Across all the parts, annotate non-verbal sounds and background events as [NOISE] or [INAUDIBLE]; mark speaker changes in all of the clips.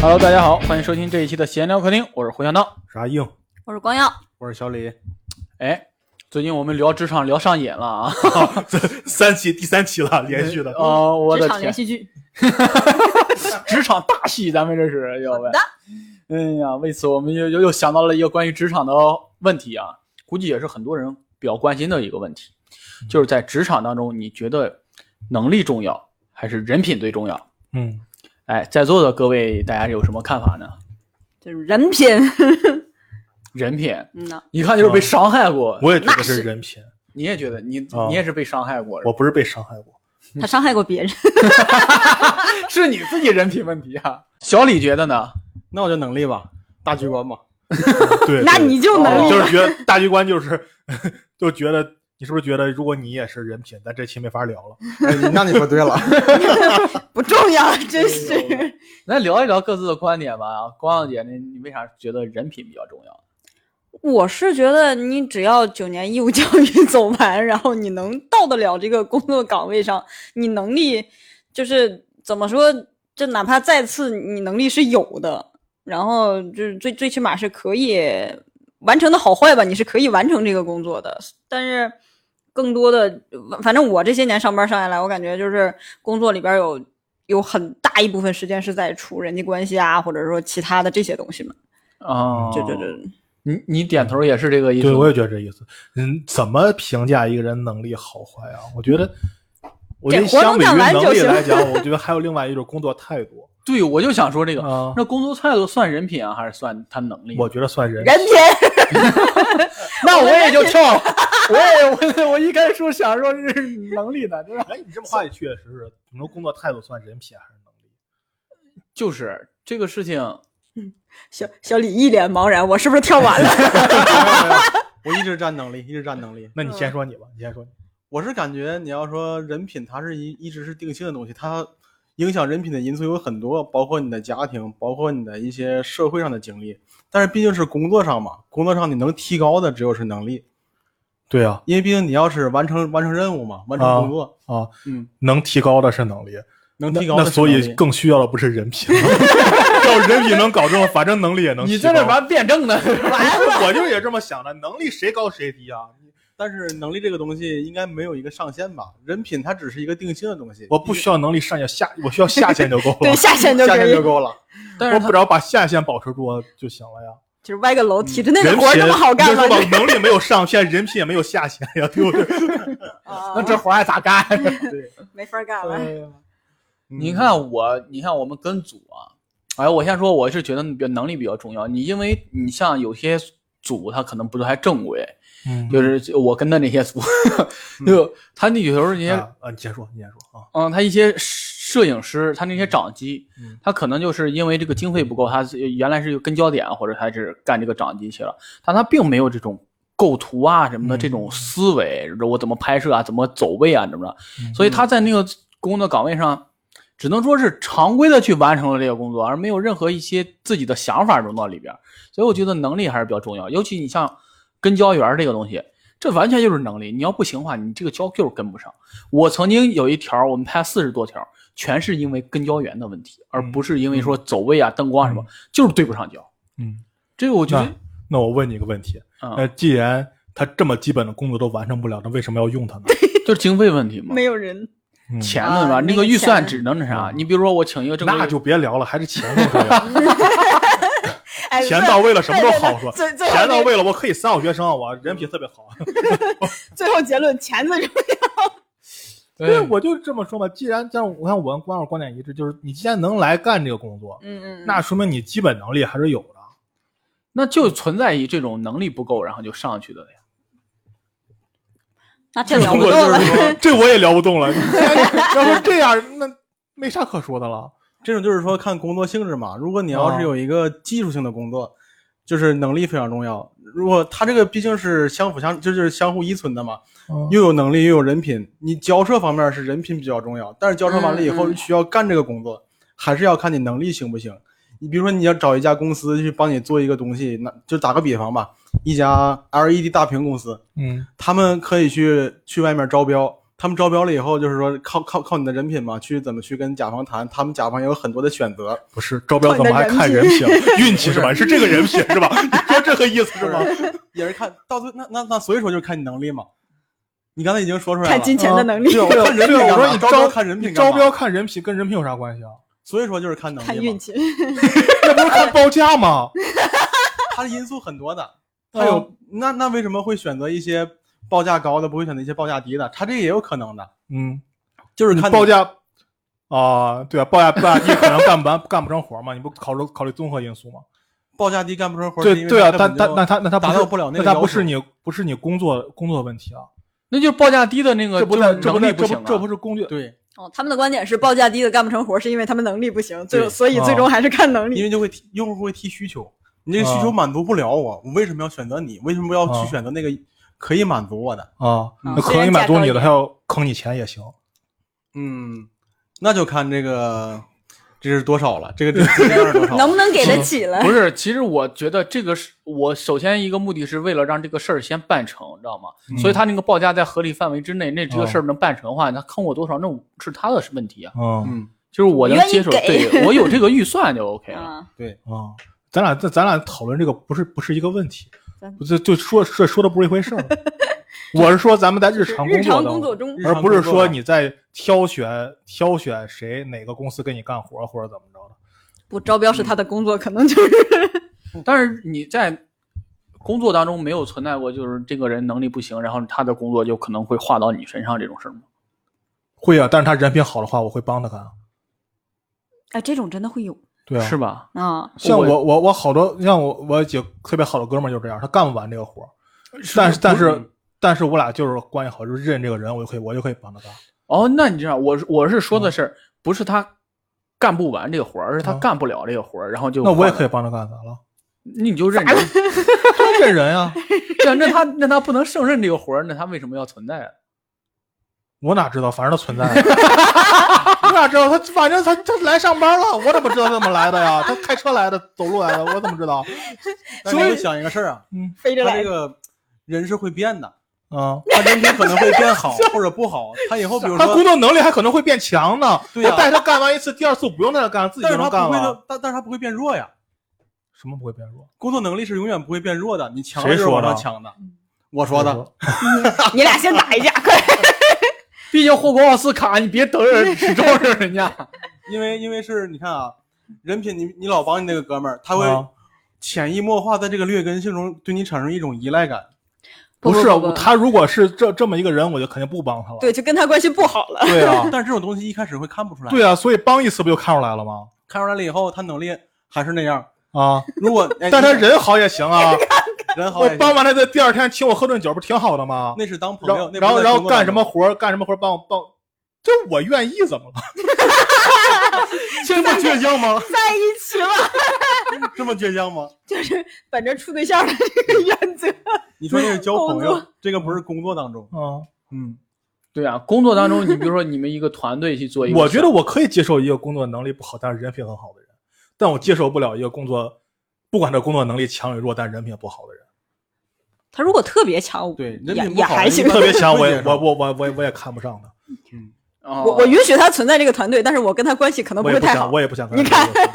Speaker 1: Hello，大家好，欢迎收听这一期的闲聊客厅，我是胡小闹。
Speaker 2: 啥硬？
Speaker 3: 我是光耀，
Speaker 2: 我是小李。
Speaker 1: 哎，最近我们聊职场聊上瘾了
Speaker 3: [LAUGHS]
Speaker 1: 啊！
Speaker 2: [LAUGHS] 三期，第三期了，连续的。
Speaker 1: 哦， [LAUGHS] 我
Speaker 3: 职
Speaker 1: 的
Speaker 3: 场连
Speaker 1: 天，
Speaker 3: 续剧。
Speaker 1: 职场大戏，咱们这是要
Speaker 3: 好
Speaker 1: 呗。
Speaker 3: 的，
Speaker 1: 哎呀，为此我们又又又想到了一个关于职场的问题啊，估计也是很多人比较关心的一个问题，
Speaker 2: 嗯
Speaker 1: 就是在职场当中，你觉得能力重要还是人品最重要？
Speaker 2: 嗯，
Speaker 1: 哎，在座的各位，大家有什么看法呢？
Speaker 3: 就是人
Speaker 2: [LAUGHS]
Speaker 3: 品。
Speaker 1: 人品，
Speaker 3: 嗯呐，
Speaker 1: 一看就是被伤害过，
Speaker 2: 我也觉得
Speaker 3: 那
Speaker 2: 是
Speaker 3: 是
Speaker 2: 人品，
Speaker 1: 你也觉得你、
Speaker 2: 哦
Speaker 1: 你也是被伤害过，
Speaker 2: 我不是被伤害
Speaker 3: [LAUGHS]
Speaker 2: 过。
Speaker 3: 他伤害过别人，
Speaker 1: [LAUGHS] 是你自己人品问题啊。小李觉得呢？
Speaker 4: 那我就能力吧，大局观嘛。
Speaker 2: 对，
Speaker 3: 那
Speaker 2: 对
Speaker 3: 你就能
Speaker 2: 我
Speaker 3: 力
Speaker 2: 就
Speaker 3: 了。
Speaker 2: 是觉得大局观就是 [LAUGHS] 就觉得你是不是觉得，如果你也是人品，咱这期没法聊了。
Speaker 4: 哎你那你说对了，
Speaker 3: 不重要，真是。
Speaker 1: 咱聊一聊各自的观点吧。啊，光耀姐，你你为啥觉得人品比较重要？
Speaker 3: 我是觉得你只要九年义务教育 [LAUGHS] 走完，然后你能到得了这个工作岗位上，你能力就是怎么说，就哪怕再次你能力是有的，然后就是最最起码是可以完成的好坏吧，你是可以完成这个工作的。但是更多的，反正我这些年上班上下来，我感觉就是工作里边有有很大一部分时间是在处人际关系啊，或者说其他的这些东西嘛。
Speaker 1: 哦，
Speaker 3: 这这这。
Speaker 1: 你你点头也是这个意思吗。
Speaker 2: 对，我也觉得这意思。嗯，怎么评价一个人能力好坏啊？我觉得，我觉得
Speaker 3: 这活
Speaker 2: 相
Speaker 3: 能
Speaker 2: 比于
Speaker 3: 干完就
Speaker 2: 能力
Speaker 3: 行 [LAUGHS]
Speaker 2: 来讲，我觉得还有另外一种工作态度
Speaker 1: 对我就想说这个，
Speaker 3: 嗯
Speaker 2: 啊。
Speaker 1: 那工作态度算人品啊，还是算他能力？
Speaker 2: [LAUGHS] 我觉得算人
Speaker 3: 人品，
Speaker 1: 那我也就跳了， [LAUGHS] 我也我我一开始说想说是能力的，就是
Speaker 2: 哎，你这么话也确实是，你说工作态度算人品还是能力？
Speaker 1: 就是这个事情，
Speaker 3: 小小李一脸茫然，我是不是跳晚了？
Speaker 4: [LAUGHS]
Speaker 2: [LAUGHS]
Speaker 4: 我一直占能力，一直占能力。
Speaker 2: 那你
Speaker 3: 嗯
Speaker 2: 先说你吧，你先说你。
Speaker 4: 我是感觉你要说人品，它是一一直是定性的东西，它影响人品的因素有很多，包括你的家庭，包括你的一些社会上的经历。但是毕竟是工作上嘛，工作上你能提高的只有是能力，
Speaker 2: 对啊，
Speaker 4: 因为毕竟你要是完成完成任务嘛，完成工作，
Speaker 2: 啊，
Speaker 4: 嗯，
Speaker 2: 能提高的是能力，
Speaker 4: 能
Speaker 2: 那
Speaker 4: 提高
Speaker 2: 那
Speaker 4: 的是
Speaker 2: 所
Speaker 4: 能
Speaker 2: 以
Speaker 4: 力
Speaker 2: 更需要的不是人品， [LAUGHS] 要人品能搞正，反正能力也能提
Speaker 1: 你
Speaker 2: 高。
Speaker 1: 在这玩辩证呢？
Speaker 2: 我就也这么想的，能力谁高谁低啊？
Speaker 4: 但是能力这个东西应该没有一个上限吧？人品它只是一个定性的东西，
Speaker 2: 我不需要能力上限下，我需要下限就够了
Speaker 3: 对，。下线就
Speaker 4: 下
Speaker 3: 可
Speaker 4: 限
Speaker 3: 以
Speaker 4: 就，够了。
Speaker 1: 但
Speaker 2: 我
Speaker 1: 是
Speaker 2: 不
Speaker 1: 他
Speaker 2: 只要把下限保持住啊就行了呀。
Speaker 3: 就是歪个楼提着那
Speaker 2: 嗯人品
Speaker 3: 个活儿这么好干
Speaker 2: 你就
Speaker 3: 吗
Speaker 2: 说？吧，能力没有上限，人品也没有下限呀，对不对？
Speaker 3: 啊
Speaker 1: 那这活儿还咋干？
Speaker 3: 没法干了。
Speaker 2: 嗯
Speaker 1: 你看我，你看我们跟组啊，哎，我先说，我是觉得比较能力比较重要。你因为你像有些组，他可能不太正规，
Speaker 2: 嗯，
Speaker 1: 就是我跟的那些组， [LAUGHS] 就他那有时候那些，
Speaker 2: 啊，啊你先说，你先说啊。
Speaker 1: 嗯，他一些摄影师，他那些掌机
Speaker 2: 嗯，
Speaker 1: 他可能就是因为这个经费不够，他原来是跟焦点或者他是干这个掌机去了，但他并没有这种。构图啊什么的
Speaker 2: 嗯
Speaker 1: 这种思维，我怎么拍摄啊，怎么走位啊，怎么着？
Speaker 2: 嗯
Speaker 1: 所以他在那个工作岗位上，只能说是常规的去完成了这个工作，而没有任何一些自己的想法融到里边儿。所以我觉得能力还是比较重要，尤其你像跟教员儿这个东西，这完全就是能力。你要不行的话，你这个教就是跟不上。我曾经有一条儿，我们拍四十多条儿，全是因为跟教员的问题，而不是因为说走位啊、灯光什么，就是对不上焦。
Speaker 2: 嗯，
Speaker 1: 这个我觉得，
Speaker 2: 那我问你一个问题，那
Speaker 1: 嗯，
Speaker 2: 既然他这么基本的工作都完成不了，那为什么要用他呢？
Speaker 1: 就是经费问题嘛
Speaker 3: 没。有人，
Speaker 2: 嗯
Speaker 1: 钱的吧，
Speaker 3: 啊
Speaker 1: 那
Speaker 3: 那
Speaker 1: 个
Speaker 3: 个
Speaker 1: 预算
Speaker 3: 钱
Speaker 1: 只能那啥。你比如说，我请一个正规，
Speaker 2: 那就别聊了，还是钱更重要。
Speaker 3: 哎
Speaker 2: 钱到位了，什么都好说。
Speaker 3: 最最后
Speaker 2: 钱到
Speaker 3: 那个
Speaker 2: 位了，我可以三好学生，啊我人品特别 [LAUGHS] 好。
Speaker 3: 最后结论，钱最
Speaker 2: 嗯
Speaker 3: [LAUGHS] 重要。
Speaker 1: 对
Speaker 2: [LAUGHS] 我就这么说嘛。既然像我看我跟关二观点一致，就是你既然能来干这个工作，
Speaker 3: 嗯嗯，
Speaker 2: 那说明你基本能力还是有的。
Speaker 1: 那就存在于这种能力不够，然后就上去的呀。
Speaker 3: 那这聊
Speaker 2: [LAUGHS]
Speaker 3: 不
Speaker 2: 我
Speaker 3: 动
Speaker 2: 就
Speaker 3: 了
Speaker 2: 是。说，这我也聊不动
Speaker 3: [LAUGHS]
Speaker 2: 了。你既然要说这样，那没啥可说的了。
Speaker 4: 这种就是说看工作性质嘛。如果你要
Speaker 3: 哦
Speaker 4: 是有一个技术性的工作，就是能力非常重要。如果他这个毕竟是相辅相，就是相互依存的嘛，
Speaker 3: 哦
Speaker 2: 嗯
Speaker 4: 又有能力又有人品。你交涉方面是人品比较重要，但是交涉完了以后
Speaker 3: 嗯嗯
Speaker 4: 需要干这个工作，还是要看你能力行不行。你比如说你要找一家公司去帮你做一个东西，那就打个比方吧，一家 LED E 大屏公司，
Speaker 2: 嗯
Speaker 4: 他们可以去去外面招标，他们招标了以后，就是说靠靠靠你的人品嘛，去怎么去跟甲方谈，他们甲方也有很多的选择。
Speaker 2: 不是招标怎么还看人品？运气是吧？是这个人品是吧？ [LAUGHS] 你说这个意思是吗？
Speaker 4: 也是看到最那那那，所以说就是看你能力嘛。你刚才已经说出来
Speaker 3: [LAUGHS]
Speaker 4: 了，
Speaker 3: 看金钱的能力，
Speaker 4: 对，我看人品
Speaker 2: 对，啊
Speaker 4: 干嘛，
Speaker 2: 我说你
Speaker 4: 招
Speaker 2: 招
Speaker 4: 看人品
Speaker 2: 你
Speaker 4: 干嘛，
Speaker 2: 招标看人品跟人品有啥关系啊？
Speaker 4: 所以说就是
Speaker 2: 嗯
Speaker 4: 看能力嘛，
Speaker 3: 看运气。
Speaker 2: 那不是看报价吗？
Speaker 4: 它的因素很多的。它有、
Speaker 3: 哦
Speaker 4: 那那为什么会选择一些报价高的，不会选择一些报价低的？它这个也有可能的，
Speaker 2: 嗯，
Speaker 4: 就是看你
Speaker 2: 报价啊，对啊，报价报价低可能干不完干不成活嘛，你不考虑考虑综合因素吗？
Speaker 4: 报价低干不成活，是
Speaker 2: 对
Speaker 4: 因为
Speaker 2: 对啊，
Speaker 4: 它
Speaker 2: 但
Speaker 4: 根本
Speaker 2: 但
Speaker 4: 就
Speaker 2: 那他那他
Speaker 4: 达到不了
Speaker 2: 那
Speaker 4: 那个
Speaker 2: 他
Speaker 4: 要
Speaker 2: 不是
Speaker 4: 求
Speaker 2: 你不是你工作工作问题啊，
Speaker 1: 那就是报价低的那
Speaker 4: 呃
Speaker 1: 个，
Speaker 2: 这不
Speaker 1: 就
Speaker 2: 在
Speaker 1: 是
Speaker 2: 这不
Speaker 1: 能
Speaker 2: 在
Speaker 1: 力
Speaker 2: 这
Speaker 1: 行
Speaker 2: 不
Speaker 1: 啊。
Speaker 2: 这不是工具，
Speaker 4: 对，
Speaker 3: 哦，他们的观点是报价低的干不成活，是因为他们能力不行，最
Speaker 4: 对
Speaker 3: 所以
Speaker 2: 哦
Speaker 3: 最终还是看能
Speaker 4: 因
Speaker 3: 力。
Speaker 4: 为就会提用户会提需求，你这个需
Speaker 2: 啊
Speaker 4: 求满足不了我，我为什么要选择你？为什么不要
Speaker 2: 啊
Speaker 4: 去选择那个可以满足我的？
Speaker 2: 啊，
Speaker 3: 嗯
Speaker 2: 那可能你满足你的，他要坑你钱也行。
Speaker 4: 嗯，那就看这个这是多少了，这个这个量是多少了？
Speaker 3: 能不能给
Speaker 2: 嗯
Speaker 3: 得起
Speaker 2: [LAUGHS]
Speaker 3: 了？
Speaker 1: 不是，其实我觉得这个是我首先一个目的是为了让这个事儿先办成，知道吗？
Speaker 2: 嗯
Speaker 1: 所以他那个报价在合理范围之内，那这
Speaker 2: 哦
Speaker 1: 个事儿能办成的话，他坑我多少，那我是他的问题啊。
Speaker 2: 嗯
Speaker 4: [LAUGHS] 嗯，
Speaker 1: 就是我能
Speaker 3: 愿意
Speaker 1: 接受，
Speaker 3: 给
Speaker 1: 对我有这个预算就 OK
Speaker 2: [LAUGHS]
Speaker 1: 了。
Speaker 3: 啊，
Speaker 4: 嗯
Speaker 2: 啊，咱俩咱咱俩讨论这个不是不是一个问题
Speaker 3: 咱，
Speaker 2: 不是就说这说的不是一回
Speaker 3: [LAUGHS]
Speaker 2: 事儿。我是说咱们在日常
Speaker 3: 日
Speaker 2: 工
Speaker 3: 常
Speaker 2: 当
Speaker 3: 工
Speaker 2: 中
Speaker 3: 作中
Speaker 4: 日，
Speaker 2: 而
Speaker 4: 常
Speaker 2: 不是
Speaker 4: 工作
Speaker 2: 说
Speaker 4: 的
Speaker 2: 你在挑选挑选谁哪个公司跟你干活或者怎么着的。
Speaker 3: 不招标是他的工作，可能就是
Speaker 2: 嗯
Speaker 1: 但是你在工作当中没有存在过，就是这个人能力不行，然后他的工作就可能会划到你身上这种事儿吗？
Speaker 2: 会啊，但是他人品好的话，我会帮他干。啊
Speaker 3: 哎，这种真的会有
Speaker 2: 对啊，
Speaker 1: 是吧？
Speaker 3: 啊，
Speaker 2: 像
Speaker 1: 我
Speaker 2: 我我我好多像我我几个特别好的哥们儿就是这样，他干不完这个活儿，
Speaker 1: 呃
Speaker 2: 但是但是但是我俩就是关系好，就是认这个人，我就可以我就可以帮他干。
Speaker 1: 哦，那你这样，我是我是说的是，
Speaker 2: 嗯
Speaker 1: 不是他干不完这个活儿，而是他
Speaker 2: 啊
Speaker 1: 干不了这个活儿，然后就
Speaker 2: 那我也
Speaker 1: 换
Speaker 2: 可以
Speaker 1: 了，
Speaker 2: 帮他干，咋了？
Speaker 1: 你就认真。
Speaker 2: 他认人
Speaker 4: [LAUGHS]
Speaker 2: 呀、
Speaker 1: 对啊，那他那他不能胜任这个活儿，那他为什么要存在啊？
Speaker 2: 我哪知道，反正他存在啊。 [LAUGHS] 我哪知道他，反正他他来上班了，我怎么知道他怎么来的呀？他开车来的，走路来的，我怎么知道？
Speaker 4: 但是你想一个事儿啊，
Speaker 3: 飞着
Speaker 4: 他
Speaker 2: 哎
Speaker 3: 来
Speaker 4: 这。个人是会变的，
Speaker 2: 嗯，
Speaker 4: 他人品可能会变好或者不好，他以后比如
Speaker 2: 他工
Speaker 4: 说，
Speaker 2: 作能力还可能会变强呢。
Speaker 4: 对呀
Speaker 2: 我带他干完一次，第二次我不用带他干，自己
Speaker 4: 但
Speaker 2: 就是能
Speaker 4: 他
Speaker 2: 干
Speaker 4: 不会
Speaker 2: 了
Speaker 4: 的。，但但是他不会变弱呀，
Speaker 2: 什么不会变弱？
Speaker 4: 工作能力是永远不会变弱的，你强
Speaker 2: 谁
Speaker 4: 就是
Speaker 2: 说
Speaker 4: 往上
Speaker 2: 的
Speaker 4: 强的，我说的，
Speaker 3: 你俩先打一架，快！
Speaker 1: 毕竟霍格沃斯卡，你别等着只
Speaker 3: [LAUGHS]
Speaker 1: 招惹人家。
Speaker 4: 因为因为是你看啊，人品你你老帮你那个哥们儿，他会
Speaker 2: 啊
Speaker 4: 潜移默化在这个劣根性中对你产生一种依赖感。
Speaker 2: 不是
Speaker 3: 不不
Speaker 2: 他，如果是这这么一个人，我就肯定不帮他了。
Speaker 3: 对，就跟他关系不好了。
Speaker 2: 对
Speaker 3: [LAUGHS]
Speaker 2: 啊，
Speaker 4: 但是这种东西一开始会看不出来，
Speaker 2: 对啊，所以帮一次不就看出来了吗？
Speaker 4: 看出来了以后，他能力还是那样。
Speaker 2: 啊，[LAUGHS]
Speaker 4: 如果哎
Speaker 2: 但他人好也行啊。
Speaker 4: 人好
Speaker 2: 我
Speaker 4: 也行，
Speaker 2: 帮完他的第二天请我喝顿酒，不挺好的吗？
Speaker 4: 哎那是当朋
Speaker 2: 然
Speaker 4: 友
Speaker 2: 后，
Speaker 4: 那
Speaker 2: 然后
Speaker 4: 不是
Speaker 2: 然后
Speaker 4: 工作
Speaker 2: 干什
Speaker 4: 当
Speaker 2: 么
Speaker 4: 中？
Speaker 2: 活儿干什么活儿帮我帮我，这我愿意怎么了？
Speaker 4: [LAUGHS] 这么倔强 [LAUGHS] 吗？
Speaker 3: 在一起了，
Speaker 4: 这么倔强吗？
Speaker 3: 就是 [LAUGHS] 本着处对象的这个原则。
Speaker 4: 你说这是交朋
Speaker 3: 工
Speaker 4: 友，这个不是工作当中。
Speaker 2: 啊，
Speaker 4: 嗯，
Speaker 1: 对啊，工作当中，你比如说你们一个团队去做一个，
Speaker 2: 我觉得我可以接受一个工作能力不好但是人品很好的人，但我接受不了一个工作，不管他工作能力强与弱但人品不好的人。
Speaker 3: 他如果特别强，
Speaker 4: 对，人
Speaker 3: 也
Speaker 4: 品不
Speaker 3: 也
Speaker 4: 好
Speaker 3: 还行
Speaker 4: 一。般
Speaker 2: 特别强，我也
Speaker 4: 不
Speaker 2: 我
Speaker 4: 会接受
Speaker 2: 我我我也我也看不上他，
Speaker 1: 哦，
Speaker 3: 我我允许他存在这个团队，但是我跟他关系可能不
Speaker 2: 我也
Speaker 3: 会
Speaker 2: 不
Speaker 3: 太好
Speaker 2: 想。我也不想跟
Speaker 3: 你
Speaker 2: 他接触。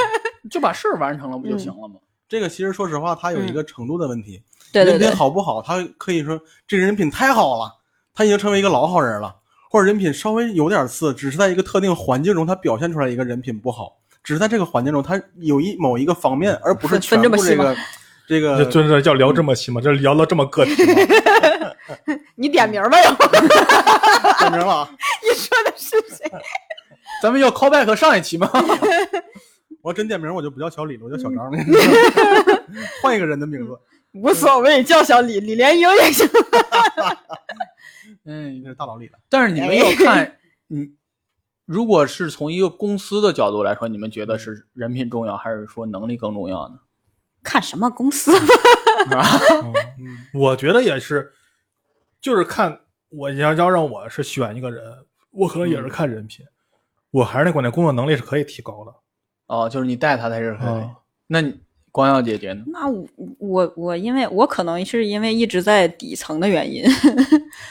Speaker 1: 就把事儿完成了不就行了吗？
Speaker 4: 这个其实说实话，他有一个
Speaker 3: 嗯
Speaker 4: 程度的问题。
Speaker 3: 对对
Speaker 4: 人
Speaker 3: 对
Speaker 4: 品，好不好，他可以说这人品太好了，他已经成为一个老好人了，或者人品稍微有点次，只是在一个特定环境中他表现出来一个人品不好，只是在这个环境中他有一某一个方面，而不
Speaker 3: 嗯
Speaker 4: 是
Speaker 3: 分
Speaker 4: 全
Speaker 3: 分
Speaker 4: 部
Speaker 3: 这么细
Speaker 4: 这个这
Speaker 2: 这
Speaker 4: [LAUGHS] 个。
Speaker 2: 真是叫聊这么细吗？这聊到这么个体吗？
Speaker 3: 你点名吧，要不
Speaker 4: 点名了 [LAUGHS] 啊！
Speaker 3: 你说的是谁？
Speaker 1: 咱们要 call back 上一期吗？
Speaker 4: 我真点名我就不叫小李了，我叫小张了， [LAUGHS] 换一个人的名字。
Speaker 3: 无所谓，叫小李，李连英也行。
Speaker 1: 嗯
Speaker 4: 那，是大老李了，
Speaker 1: 但是你
Speaker 3: 哎
Speaker 1: 们要看，你如果是从一个公司的角度来说，你们觉得是人品重要，还是说能力更重要呢？
Speaker 3: 看什么公司？啊
Speaker 4: 嗯，
Speaker 2: [LAUGHS] 我觉得也是，就是看我要要让我是选一个人，我可能也是看人品，我还是那观点，工作能力是可以提高的。
Speaker 1: 哦，就是你带他才是可以
Speaker 3: 哦
Speaker 2: 嗯。
Speaker 1: 那你光耀姐姐呢？
Speaker 3: 那我我我， [LAUGHS] 因为我可能是因为一直在底层的原因，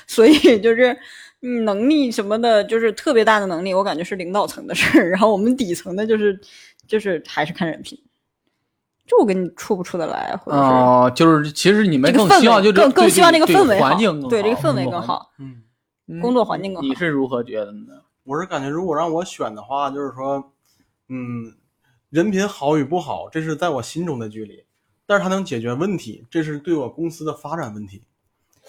Speaker 3: 所以就是嗯能力什么的，就是特别大的能力，我感觉是领导层的事儿。然后我们底层的，就是就是还是看人品，就我跟你处不处得来，啊或者是、
Speaker 1: 哦、就是其实你们
Speaker 3: 这个
Speaker 1: 更
Speaker 3: 氛
Speaker 1: 希望
Speaker 3: 围
Speaker 1: 就
Speaker 3: 更更希望
Speaker 1: 这
Speaker 3: 这个氛围
Speaker 1: 环
Speaker 3: 好，
Speaker 1: 境
Speaker 3: 对这个
Speaker 1: 好
Speaker 3: 氛围更。
Speaker 1: 工作环
Speaker 3: 好，
Speaker 4: 嗯，
Speaker 1: 境
Speaker 3: 工作环境更
Speaker 1: 你
Speaker 3: 好。
Speaker 1: 是如何觉得呢？
Speaker 4: 我是感觉如果让我选的话，就是说，嗯，人品好与不好，这是在我心中的距离，但是它能解决问题，这是对我公司的发展问题。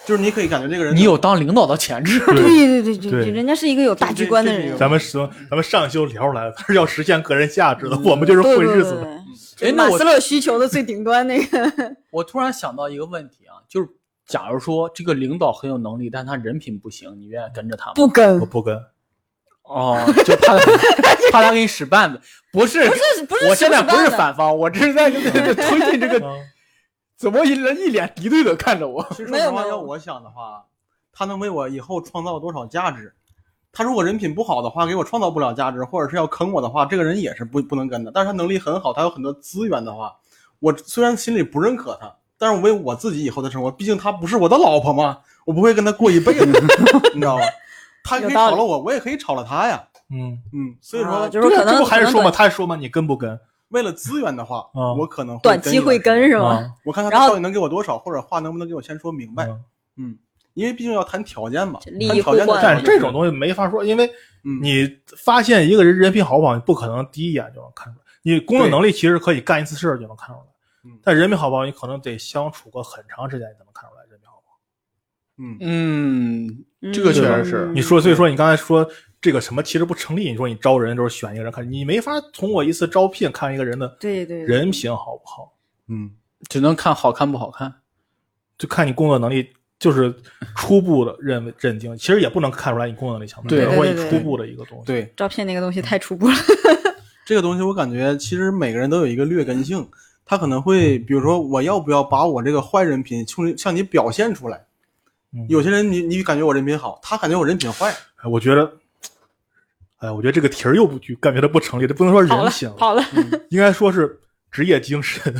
Speaker 4: 就是你可以感觉这个人，
Speaker 1: 你有当领导的潜质，
Speaker 3: 对对对
Speaker 2: 对
Speaker 3: 人家是一个有大局观的人
Speaker 4: 这这这，
Speaker 2: 咱们说，咱们上一修聊出来了， [LAUGHS] 他是要实现个人价值的，我们就是
Speaker 3: 对
Speaker 2: 混
Speaker 3: 对对
Speaker 2: 日
Speaker 3: 对
Speaker 2: 子的。
Speaker 3: 对，
Speaker 1: 哎
Speaker 3: 就
Speaker 1: 那
Speaker 3: 马
Speaker 1: 我
Speaker 3: 斯洛需求的最顶端那个，
Speaker 1: 我突然想到一个问题啊，就是假如说这个领导很有能力，但他人品不行，你愿意跟着他吗？
Speaker 3: 不跟
Speaker 2: 我不跟，
Speaker 1: [LAUGHS] 哦，就怕他怕他给你使绊子，不是不
Speaker 3: 是不是
Speaker 1: 我现在
Speaker 3: 使不
Speaker 1: 不
Speaker 3: 使绊
Speaker 1: 是
Speaker 3: 子
Speaker 1: 反方，我这是 [LAUGHS] 在推进这个，
Speaker 2: 嗯
Speaker 1: 怎么一人一脸敌对的看着我？
Speaker 4: 其实说
Speaker 3: 没有
Speaker 4: 实
Speaker 3: 没
Speaker 4: 话，
Speaker 3: 有
Speaker 4: 要我想的话，他能为我以后创造多少价值？他如果人品不好的话，给我创造不了价值，或者是要坑我的话，这个人也是不不能跟的。但是他能力很好，他有很多资源的话，我虽然心里不认可他，但是我为我自己以后的生活，毕竟他不是我的老婆嘛，我不会跟他过一辈子，
Speaker 3: [LAUGHS]
Speaker 4: 你知道吧？他可以
Speaker 3: 有道
Speaker 4: 炒
Speaker 3: 理
Speaker 4: 了我，我也可以炒了他呀。
Speaker 2: 嗯，
Speaker 4: 嗯，所以
Speaker 3: 啊
Speaker 4: 说，
Speaker 3: 就是
Speaker 2: 对啊
Speaker 3: 可能
Speaker 2: 这不还
Speaker 3: 可
Speaker 2: 是
Speaker 3: 能
Speaker 2: 说嘛，
Speaker 3: 短
Speaker 2: 他说嘛，你跟不跟？
Speaker 4: 为了资源的话，
Speaker 2: 啊
Speaker 4: 我可能会
Speaker 3: 短期
Speaker 4: 一
Speaker 3: 会
Speaker 4: 段
Speaker 3: 跟
Speaker 4: 时间
Speaker 3: 是吗？嗯
Speaker 2: 啊，
Speaker 4: 我看他
Speaker 3: 然后
Speaker 4: 到底能给我多少，或者话能不能给我先说明白。
Speaker 2: 嗯
Speaker 4: 嗯，因为毕竟要谈条件嘛，
Speaker 3: 这利益
Speaker 4: 谈条
Speaker 3: 互
Speaker 4: 件的
Speaker 3: 换
Speaker 4: 时候
Speaker 2: 但是
Speaker 4: 就
Speaker 2: 这种东西没法说，因为
Speaker 4: 嗯
Speaker 2: 你发现一个人人品好不好，你不可能第一眼就能看出来。你工作能力其实可以干一次事儿就能看出来
Speaker 4: 嗯，
Speaker 2: 但人品好不好，你可能得相处个很长时间你才能看出来人品好不好。
Speaker 4: 嗯
Speaker 1: 嗯，这个确实是
Speaker 3: 嗯
Speaker 2: 你说，所以说你刚才说这个什么其实不成立，你说你招人就是选一个人看，你没法通过一次招聘看一个人的
Speaker 3: 对对对
Speaker 2: 人品好不好，
Speaker 4: 嗯
Speaker 1: 只能看好看不好看。
Speaker 2: 就看你工作能力。就是初步的认为认定，其实也不能看出来你工作能力强不强，
Speaker 1: 对
Speaker 2: 只是说你
Speaker 3: 对对
Speaker 2: 初
Speaker 3: 对
Speaker 2: 步的一个东西。，。
Speaker 4: 对
Speaker 3: 照片那个东西太初步了，
Speaker 4: 这个东西，我感觉其实每个人都有一个劣根性，他可能会，比如说，我要不要把我这个坏人品向你向你表现出来？
Speaker 2: 嗯
Speaker 4: 有些人你你感觉我人品好，他感觉我人
Speaker 2: [LAUGHS]
Speaker 4: 品坏，
Speaker 2: 哎，我觉得，哎，我觉得这个题儿又不感觉它不成立，这不能说
Speaker 3: 好
Speaker 2: 人
Speaker 3: 了
Speaker 2: 品了，
Speaker 3: 好了，
Speaker 2: 应该说是职业精神，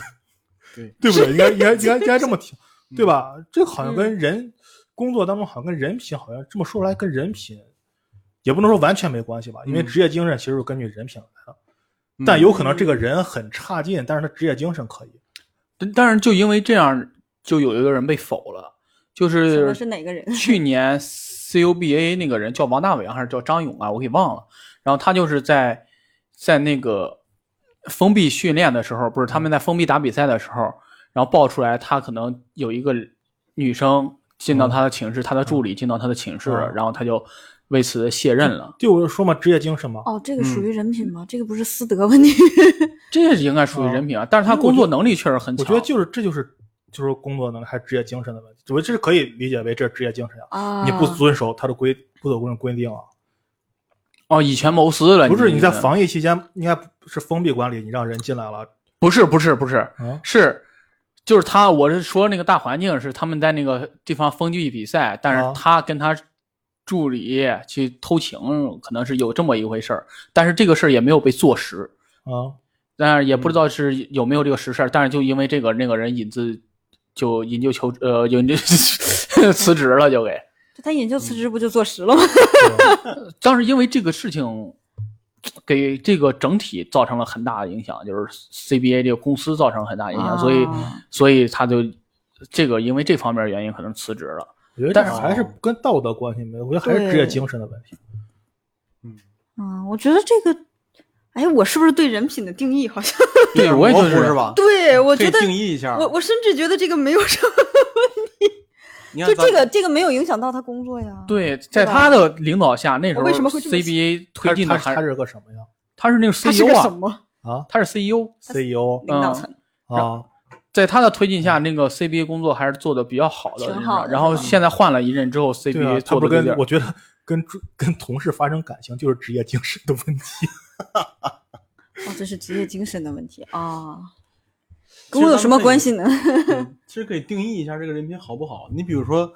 Speaker 4: 对
Speaker 2: [LAUGHS] 对不对？应该应该应该应该这么听，
Speaker 4: 嗯
Speaker 2: 对吧？这个好像跟人、工作当中好像跟人品好像这么说来跟人品也不能说完全没关系吧，因为
Speaker 4: 嗯
Speaker 2: 职业精神其实是根据人品来的，
Speaker 4: 嗯
Speaker 2: 但有可能这个人很差劲，但是他职业精神可以。
Speaker 1: 但但是就因为这样，就有一个人被否了，就
Speaker 3: 想的
Speaker 1: 是
Speaker 3: 是哪个人？
Speaker 1: 去年 CUBA 那个人叫王大伟啊还是叫张勇啊，我给忘了。然后他就是在在那个封闭训练的时候，不是他们在封闭打比赛的时候，然后爆出来他可能有一个女生进到他的寝室，他的助理进到他的寝室，
Speaker 2: 嗯
Speaker 1: 然后他就为此卸任了。
Speaker 2: 对我就说嘛，职业精神嘛，
Speaker 3: 哦，这个
Speaker 4: 嗯
Speaker 3: 属于人品吗？这个不是私德问题。
Speaker 1: 这也应该属于人品啊，但是他工作能力确实很
Speaker 2: 嗯我
Speaker 1: 强。
Speaker 2: 觉得就是这就是就是工作能力还是职业精神的问题，我觉得这是可以理解为这是职业精神啊。
Speaker 3: 啊，
Speaker 2: 你不遵守他的规不守规定规定啊，
Speaker 1: 哦，以权谋私了。
Speaker 2: 不是你在
Speaker 1: 这
Speaker 2: 防疫期间应该不是封闭管理，你让人进来了
Speaker 1: 不是不是不是
Speaker 2: 啊？
Speaker 1: 是，就是他，我是说那个大环境是他们在那个地方封闭比赛，但
Speaker 2: 啊
Speaker 1: 是他跟他助理去偷情，可能是有这么一回事儿，但是这个事儿也没有被坐实，
Speaker 2: 啊，
Speaker 1: 但是也不知道是有没有这个实事儿，但是就因为这个那个人引自就引咎求呃引咎 [LAUGHS] 辞职了，就给
Speaker 3: 他引咎辞职不就坐实了吗？
Speaker 1: 当时因为这个事情。给这个整体造成了很大的影响，就是 CBA 这个公司造成了很大影响，所以
Speaker 3: 啊
Speaker 1: 所以他就这个因为这方面原因可能辞职了。
Speaker 2: 我觉得这
Speaker 1: 但是
Speaker 2: 还是跟道德关系没有，我觉得还是职业精神的问题。
Speaker 3: 嗯，我觉得这个，哎，我是不是对人品的定义好像？
Speaker 1: 对，我也
Speaker 4: 模
Speaker 1: 觉
Speaker 4: 糊
Speaker 1: 得
Speaker 4: 是？吧？
Speaker 3: 对，我
Speaker 4: 这
Speaker 3: 觉得
Speaker 4: 定义一下，
Speaker 3: 我我甚至觉得这个没有什么，
Speaker 4: 你看
Speaker 3: 就
Speaker 4: 咱
Speaker 3: 这个这个没有影响到他工作呀。，
Speaker 1: 对，在他的领导下，那时候
Speaker 3: 我为什么会这么
Speaker 1: CBA 推
Speaker 2: 他
Speaker 1: 进
Speaker 2: 他
Speaker 1: 的
Speaker 2: 是
Speaker 1: 还
Speaker 2: 他是个什么呀？
Speaker 1: 他是那个
Speaker 3: 他是个
Speaker 1: CEO
Speaker 3: 什
Speaker 1: 啊，
Speaker 3: 么
Speaker 2: 啊嗯
Speaker 1: 他是 CEO，
Speaker 2: ，CEO
Speaker 3: 领导层？
Speaker 2: 啊，
Speaker 1: 在他的推进下，那个 CBA 工作还是做的比较好的，
Speaker 3: 挺好的
Speaker 1: 然后现在换了一任之后
Speaker 2: 对啊
Speaker 1: ，CBA，
Speaker 2: 他
Speaker 1: 做
Speaker 2: 不
Speaker 1: 的
Speaker 2: 是跟我觉得跟跟同事发生感情就是职业精神的问题。
Speaker 3: 哦，这是职业精神的问题啊，
Speaker 4: 其
Speaker 3: 跟我
Speaker 4: 实
Speaker 3: 有
Speaker 4: 咱
Speaker 3: 什
Speaker 4: 们
Speaker 3: 么
Speaker 4: 可以
Speaker 3: 关系呢？
Speaker 4: 嗯其实可以定义一下这个人品好不好。你比如说，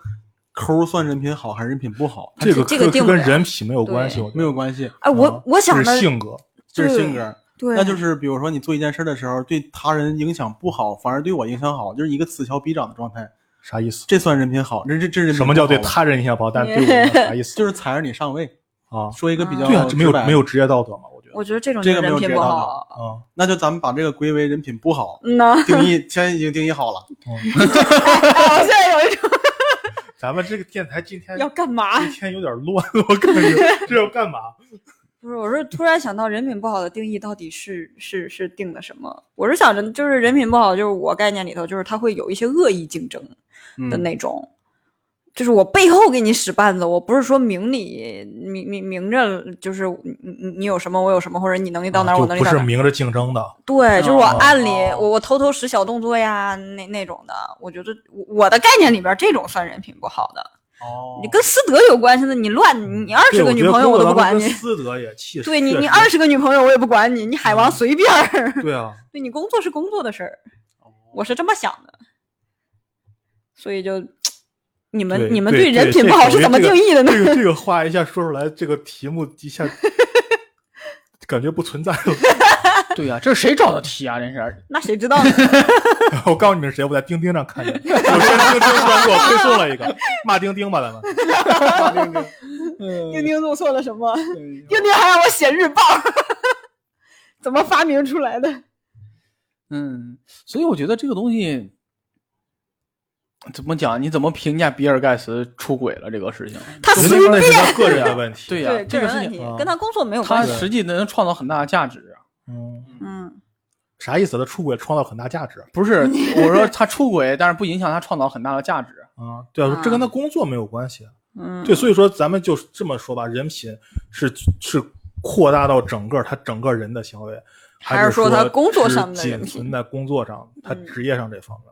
Speaker 4: 抠算人品好还是人品不好，
Speaker 2: 这个
Speaker 3: 这个
Speaker 2: 跟这
Speaker 3: 定不
Speaker 2: 跟
Speaker 3: 了
Speaker 2: 人品没有关系，
Speaker 3: 对
Speaker 2: 我觉
Speaker 4: 没
Speaker 2: 得
Speaker 4: 有关系，
Speaker 3: 哎，我
Speaker 2: 啊
Speaker 3: 我想
Speaker 2: 这
Speaker 3: 的
Speaker 2: 是性格。
Speaker 4: 这是
Speaker 3: 对
Speaker 4: 性格。
Speaker 3: 对，
Speaker 4: 那就是比如说你做一件事的时候，对他人影响不好，反而对我影响好，就是一个此消彼长的状态。
Speaker 2: 啥意思？
Speaker 4: 这算人品好，这这这是
Speaker 2: 什么叫对
Speaker 4: 他？
Speaker 2: 他人印象不好，但是对我
Speaker 3: [LAUGHS]
Speaker 2: 们啥意思？
Speaker 4: 就是踩着你上位。
Speaker 2: 啊，
Speaker 4: 说一个比较
Speaker 2: 对啊，这没有
Speaker 3: 哦
Speaker 4: 直白的
Speaker 2: 没有职业道德嘛？我觉得
Speaker 3: 我觉得这种
Speaker 4: 这
Speaker 3: 就
Speaker 4: 个没
Speaker 3: 人
Speaker 4: 有
Speaker 3: 品
Speaker 4: 接
Speaker 3: 不
Speaker 4: 到的
Speaker 3: 好。
Speaker 2: 啊，
Speaker 4: 那就咱们把这个归为人品不好，
Speaker 3: 嗯呐，
Speaker 4: 定义先已经定义好了。
Speaker 3: 我 [LAUGHS] 现在有一种
Speaker 2: 咱们这个电台今天
Speaker 3: 要干嘛？
Speaker 2: 今天有点乱， [LAUGHS] 我感觉这要干嘛？
Speaker 3: 不是，我是突然想到人品不好的定义到底是是是定的什么？我是想着，就是人品不好，就是我概念里头，就是他会有一些恶意竞争
Speaker 4: 嗯
Speaker 3: 的那种，就是我背后给你使绊子，我不是说明里明明明着，就是你你你有什么我有什么，或者你能力到哪
Speaker 2: 啊
Speaker 3: 儿、
Speaker 2: 就
Speaker 3: 我能力
Speaker 2: 不
Speaker 3: 到
Speaker 2: 是
Speaker 3: 哪儿。
Speaker 2: 明着竞争的，
Speaker 3: 对，就是我
Speaker 4: 哦
Speaker 3: 暗里、我我偷偷使小动作呀，那那种的，我觉得我我的概念里边这种算人品不好的。
Speaker 4: 哦
Speaker 3: 你跟私德有关系的，你乱你你二十
Speaker 2: 嗯对
Speaker 3: 个
Speaker 2: 我觉
Speaker 3: 女
Speaker 2: 得
Speaker 3: 朋友
Speaker 2: 郭
Speaker 3: 我都
Speaker 2: 德
Speaker 3: 不
Speaker 2: 纲
Speaker 3: 管
Speaker 2: 跟
Speaker 3: 你。
Speaker 2: 私德也气
Speaker 3: 对你，
Speaker 2: 确
Speaker 3: 你
Speaker 2: 实嗯
Speaker 3: 二十个女朋友我也不管你，你海王随便儿。 [LAUGHS]
Speaker 2: 对啊，
Speaker 3: 对你工作是工作的事儿，
Speaker 2: 哦
Speaker 3: 我是这么想的。所以就，你们
Speaker 2: 对
Speaker 3: 你们
Speaker 2: 对
Speaker 3: 人
Speaker 2: 这
Speaker 3: 品
Speaker 2: 这
Speaker 3: 不好
Speaker 2: 个
Speaker 3: 是
Speaker 2: 我
Speaker 3: 怎么
Speaker 2: 觉得
Speaker 3: 定义的呢？
Speaker 2: 这个这个话一下说出来，这个题目一下 [LAUGHS] 感觉不存在了。
Speaker 1: 对呀、这是谁找的题啊？这是
Speaker 3: 那谁知
Speaker 2: [LAUGHS]
Speaker 3: 道呢？
Speaker 2: 我告诉你们是谁，我在钉钉上看见，我先钉钉关注，我推送了一个，骂钉钉吧，咱们。
Speaker 3: [LAUGHS]
Speaker 1: 嗯
Speaker 3: 丁丁做错了什么？丁丁还让我写日报， [LAUGHS] 怎么发明出来的？
Speaker 1: 嗯，所以我觉得这个东西怎么讲？你怎么评价比尔盖茨出轨了这个事
Speaker 3: [LAUGHS]
Speaker 1: 情？
Speaker 3: 他
Speaker 2: 觉
Speaker 3: 随
Speaker 2: 得 [LAUGHS]
Speaker 3: 便
Speaker 2: 那是他个人的问题。
Speaker 1: 对呀、
Speaker 3: 对
Speaker 1: 这
Speaker 3: 个
Speaker 1: 个
Speaker 3: 人
Speaker 1: 事
Speaker 3: 问
Speaker 1: 情
Speaker 3: 题
Speaker 2: 啊
Speaker 3: 跟他工作没有
Speaker 1: 他
Speaker 3: 关系。
Speaker 1: 实际能创造很大的价值啊。
Speaker 2: 嗯，
Speaker 3: 嗯，
Speaker 2: 啥意思？他出轨创造很大价值啊
Speaker 1: 不是，我说他出轨，但是不影响他创造很大的价值。
Speaker 2: 啊？对啊，这跟他工作没有关系。啊
Speaker 3: 嗯，
Speaker 2: 对，所以说咱们就这么说吧，人品是是扩大到整个他整个人的行为，
Speaker 3: 还
Speaker 2: 是
Speaker 3: 是说他工作上
Speaker 2: 只
Speaker 3: 的人
Speaker 2: 仅
Speaker 3: 品
Speaker 2: 存在工作上，他
Speaker 3: 嗯
Speaker 2: 职业上这方面。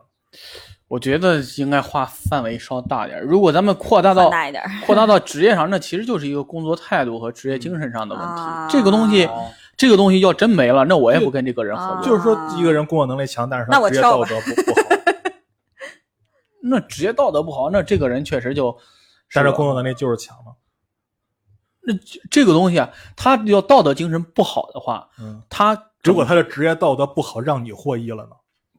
Speaker 1: 我觉得应该画范围稍大一点。如果咱们扩大到
Speaker 3: 放大一点
Speaker 2: 啊
Speaker 3: 儿。
Speaker 1: 扩大到职业上，那其实就是一个工作态度和职业精神上的问题。
Speaker 3: 啊
Speaker 1: 这个东西，
Speaker 4: 哦
Speaker 1: 这个东西要真没了，那我也不跟这个人合作。
Speaker 3: 啊
Speaker 2: 就是说，一个人工作能力强，但是
Speaker 3: 那
Speaker 2: 他
Speaker 3: 我
Speaker 2: 职业
Speaker 3: 跳
Speaker 2: 道
Speaker 3: 吧
Speaker 2: 德不不
Speaker 3: [LAUGHS]
Speaker 2: 好，
Speaker 1: 那职业道德不好，那这个人确实就，
Speaker 2: 但是
Speaker 1: 吧
Speaker 2: 工作能力就是强嘛。
Speaker 1: 这个东西啊，他要道德精神不好的话，
Speaker 2: 嗯，
Speaker 1: 他
Speaker 2: 如果他的职业道德不好，让你获益了呢？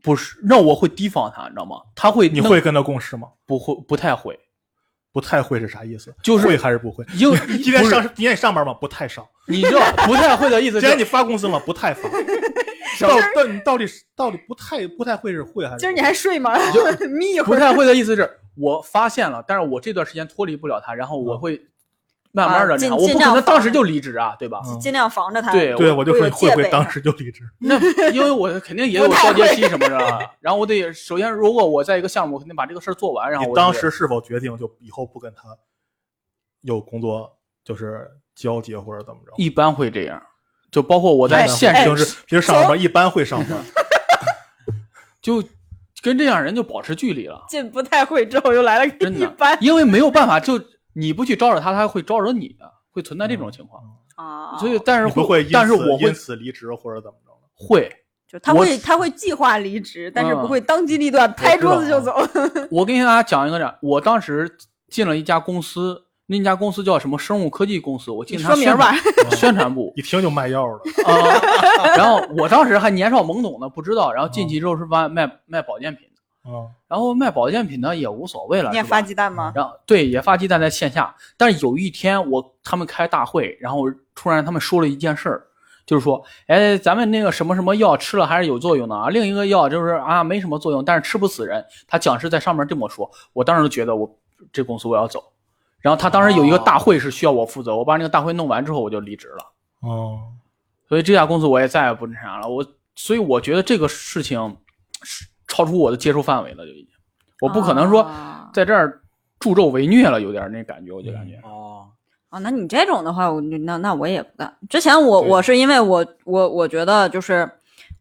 Speaker 1: 不是，那我会提防他，你知道吗？他会，
Speaker 2: 你会跟他共事吗？
Speaker 1: 不会？不太会，
Speaker 2: 不太会是啥意思？
Speaker 1: 就是
Speaker 2: 会还
Speaker 1: [LAUGHS]
Speaker 2: 是不会？
Speaker 1: 就
Speaker 2: 你 [LAUGHS] 今天
Speaker 1: 不是
Speaker 2: 上今天上班吗？不太上。
Speaker 1: 你知道不太会的意思
Speaker 2: [LAUGHS] 今天你
Speaker 1: 是，
Speaker 2: 发工资吗？不
Speaker 1: [LAUGHS]
Speaker 2: 太发。到到你到底是到底不太不太会是会还是不会？
Speaker 3: 今儿你还睡吗？眯一会
Speaker 1: 不
Speaker 3: 儿。
Speaker 1: 太会的意思是我发现了，但是我这段时间脱离不了他，然后我
Speaker 2: 嗯
Speaker 1: 会慢慢的那
Speaker 3: 啊尽
Speaker 1: 啥，我不
Speaker 3: 尽
Speaker 1: 可
Speaker 3: 量
Speaker 1: 能当时
Speaker 3: 放
Speaker 1: 就离职啊，对吧？
Speaker 2: 嗯
Speaker 3: 尽量防着他。
Speaker 1: 对
Speaker 2: 对，我就说你会不
Speaker 3: 有戒
Speaker 2: 会
Speaker 3: 备
Speaker 2: 当时就离职？
Speaker 3: [LAUGHS]
Speaker 1: 那因为我肯定也有
Speaker 3: 不太
Speaker 1: 交
Speaker 3: 会
Speaker 1: 接期什么的啊，然后我得首先，如果我在一个项目，我肯定把这个事儿做完，然后
Speaker 2: 你
Speaker 1: 我
Speaker 2: 当
Speaker 1: 就
Speaker 2: 时是否决定就以后不跟他有工作就是交接或者怎么着？
Speaker 1: 一般会这样，就包括我在
Speaker 2: 哎
Speaker 1: 现
Speaker 3: 哎
Speaker 1: 实
Speaker 2: 平时平时上班一般会上班，
Speaker 1: 就跟这样人就保持距离了。
Speaker 3: 进不太会之后又来了个
Speaker 1: 真
Speaker 3: 一
Speaker 1: 的
Speaker 3: 般， [LAUGHS]
Speaker 1: 因为没有办法，就你不去招惹他，他会招惹你的，会存在这种情况。
Speaker 3: 啊
Speaker 1: 所以， [LAUGHS] 但是
Speaker 2: 你不
Speaker 1: 会
Speaker 2: 因，
Speaker 1: 但是
Speaker 2: 此
Speaker 1: 我会
Speaker 2: 因此离职或者怎么着的？
Speaker 1: 会。
Speaker 3: 就他
Speaker 1: 我
Speaker 3: 会他会计划离职，但是
Speaker 1: 嗯
Speaker 3: 不会当机立断，拍
Speaker 2: 知
Speaker 3: 桌
Speaker 2: 道
Speaker 3: 子就走。 [LAUGHS]
Speaker 1: 我跟大家讲一个点，我当时进了一家公司，那家公司叫什么生物科技公司，我
Speaker 3: 你
Speaker 1: 进他
Speaker 3: 说明
Speaker 1: 宣
Speaker 3: 儿吧
Speaker 1: 传， [LAUGHS]
Speaker 3: [LAUGHS]
Speaker 1: 宣传部
Speaker 2: 嗯一听就卖
Speaker 1: [LAUGHS]
Speaker 2: 药了。
Speaker 1: 啊、然后我当时还年少懵懂呢，不知道，然后进
Speaker 3: 嗯
Speaker 1: 去之后是卖卖卖保健品的，
Speaker 2: 嗯，
Speaker 1: 然后卖保健品呢也无所谓了，嗯
Speaker 3: 你也
Speaker 1: 是吧
Speaker 3: 发鸡蛋吗？
Speaker 1: 然后对，也发鸡蛋在线下。但是有一天我他们开大会，然后突然他们说了一件事儿，就是说，哎，咱们那个什么什么药吃了还是有作用的啊，另一个药就是啊没什么作用，但是吃不死人。他讲师在上面这么说，我当时就觉得我这公司我要走。然后他当时有一个大会是需要我负责，我把那个大会弄完之后我就离职了，
Speaker 2: 哦，
Speaker 1: 所以这家公司我也再也不那啥了。我所以我觉得这个事情是超出我的接受范围了，就已经，我不可能说。
Speaker 3: 啊，
Speaker 1: 在这儿助纣为虐了，有点那感觉，我就感觉。
Speaker 4: 哦，
Speaker 3: 啊那你这种的话，我那那我也不干。之前我我是因为我我我觉得就是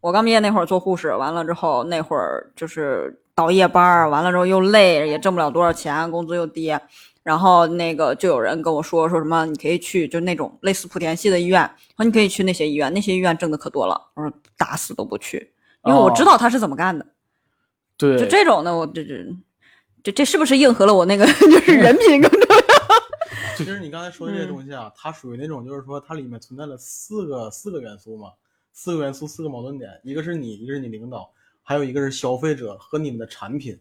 Speaker 3: 我刚毕业那会儿做护士，完了之后那会儿就是倒夜班儿，完了之后又累，也挣不了多少钱，工资又低。然后那个就有人跟我说说什么，你可以去就那种类似莆田系的医院，说你可以去那些医院，那些医院挣的可多了。我说打死都不去，嗯因为我
Speaker 1: 哦
Speaker 3: 知道他是怎么干的。
Speaker 1: 对，
Speaker 3: 就这种的，我这这这这是不是映合了我那个 [LAUGHS] 就是人品更重要？ [LAUGHS]
Speaker 4: 其实你刚才说的这些
Speaker 3: 嗯
Speaker 4: 东西啊，它属于那种就是说它里面存在了四个四个元素嘛，四个元素四个矛盾点，一个是你，一个是你领导，还有一个是消费者和你们的产品。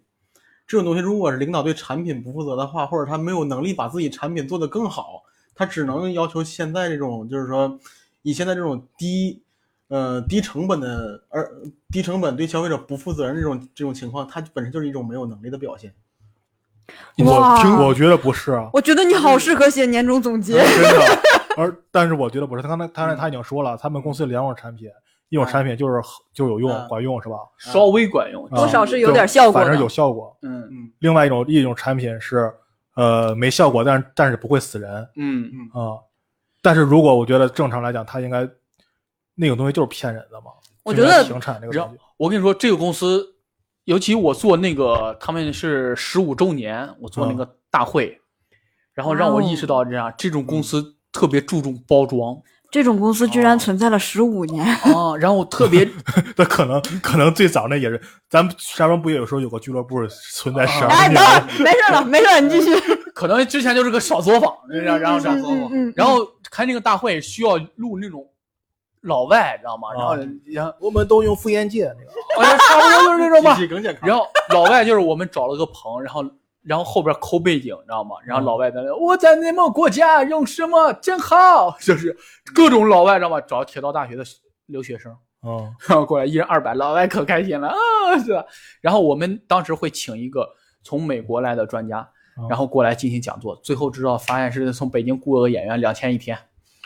Speaker 4: 这种东西，如果是领导对产品不负责的话，或者他没有能力把自己产品做得更好，他只能要求现在这种，就是说以现在这种低，呃低成本的，而低成本对消费者不负责任这种这种情况，它本身就是一种没有能力的表现。
Speaker 2: 我
Speaker 3: 哇
Speaker 2: 听，我觉得不是啊，
Speaker 3: 我觉得你好适合写年终总
Speaker 1: 嗯
Speaker 3: 结。
Speaker 2: 真
Speaker 3: [LAUGHS]
Speaker 2: 的。而但是我觉得不是，他刚才他他已经说了，他们公司有两种产品，一
Speaker 3: 嗯
Speaker 2: 种产品就是就有用
Speaker 4: 嗯
Speaker 2: 管用是吧？
Speaker 1: 稍微管用，
Speaker 3: 嗯多
Speaker 1: 就
Speaker 2: 啊
Speaker 1: 是
Speaker 3: 少是有点效果
Speaker 2: 反正
Speaker 3: 的
Speaker 2: 有效果。
Speaker 1: 嗯
Speaker 2: 另外一种一种产品是呃没效果，但是但是不会死人啊、
Speaker 1: 嗯嗯，
Speaker 2: 但是如果我觉得正常来讲，它应该那种东西就是骗人的嘛。
Speaker 3: 我
Speaker 2: 就应
Speaker 3: 觉
Speaker 2: 该
Speaker 3: 得
Speaker 2: 停产这个
Speaker 1: 然
Speaker 2: 东
Speaker 1: 后
Speaker 2: 西，
Speaker 1: 我跟你说，这个公司，尤其我做那个，他们是十五周年，我做那个大会，然后让我意识
Speaker 3: 哦
Speaker 1: 到这样，这种公司特别注重包装
Speaker 3: 这种公司居然存在了十五年，
Speaker 1: 啊，哦然后特别 [LAUGHS]
Speaker 2: 那可能可能最早那也是，咱们沙庄不也有时候有个俱乐部存在十
Speaker 3: 哎，
Speaker 2: 二
Speaker 3: 等
Speaker 2: 年？
Speaker 3: 会儿没事了，没事了，你继续。
Speaker 1: 可能之前就是个小作坊，然后然后这样
Speaker 3: 嗯嗯
Speaker 1: [LAUGHS]
Speaker 3: 嗯嗯
Speaker 1: 然后开那个大会需要录那种老外，知道吗？然后然后
Speaker 2: 我们都用复验界那个，
Speaker 1: 我就差不多 [LAUGHS] 就是这种吧
Speaker 4: 机。器更健康。
Speaker 1: 然后老外就是我们找了个棚，然后然后后边抠背景，你知道吗？然后老外在那我在内蒙国家用什么真好，就是各种老外，知道吗？找铁道大学的留学生，
Speaker 2: 嗯
Speaker 1: 然后过来一人二百，老外可开心了啊，是吧？然后我们当时会请一个从美国来的专家
Speaker 2: 哦，
Speaker 1: 然后过来进行讲座，最后知道发现是从北京雇了个演员两千一天。 [LAUGHS]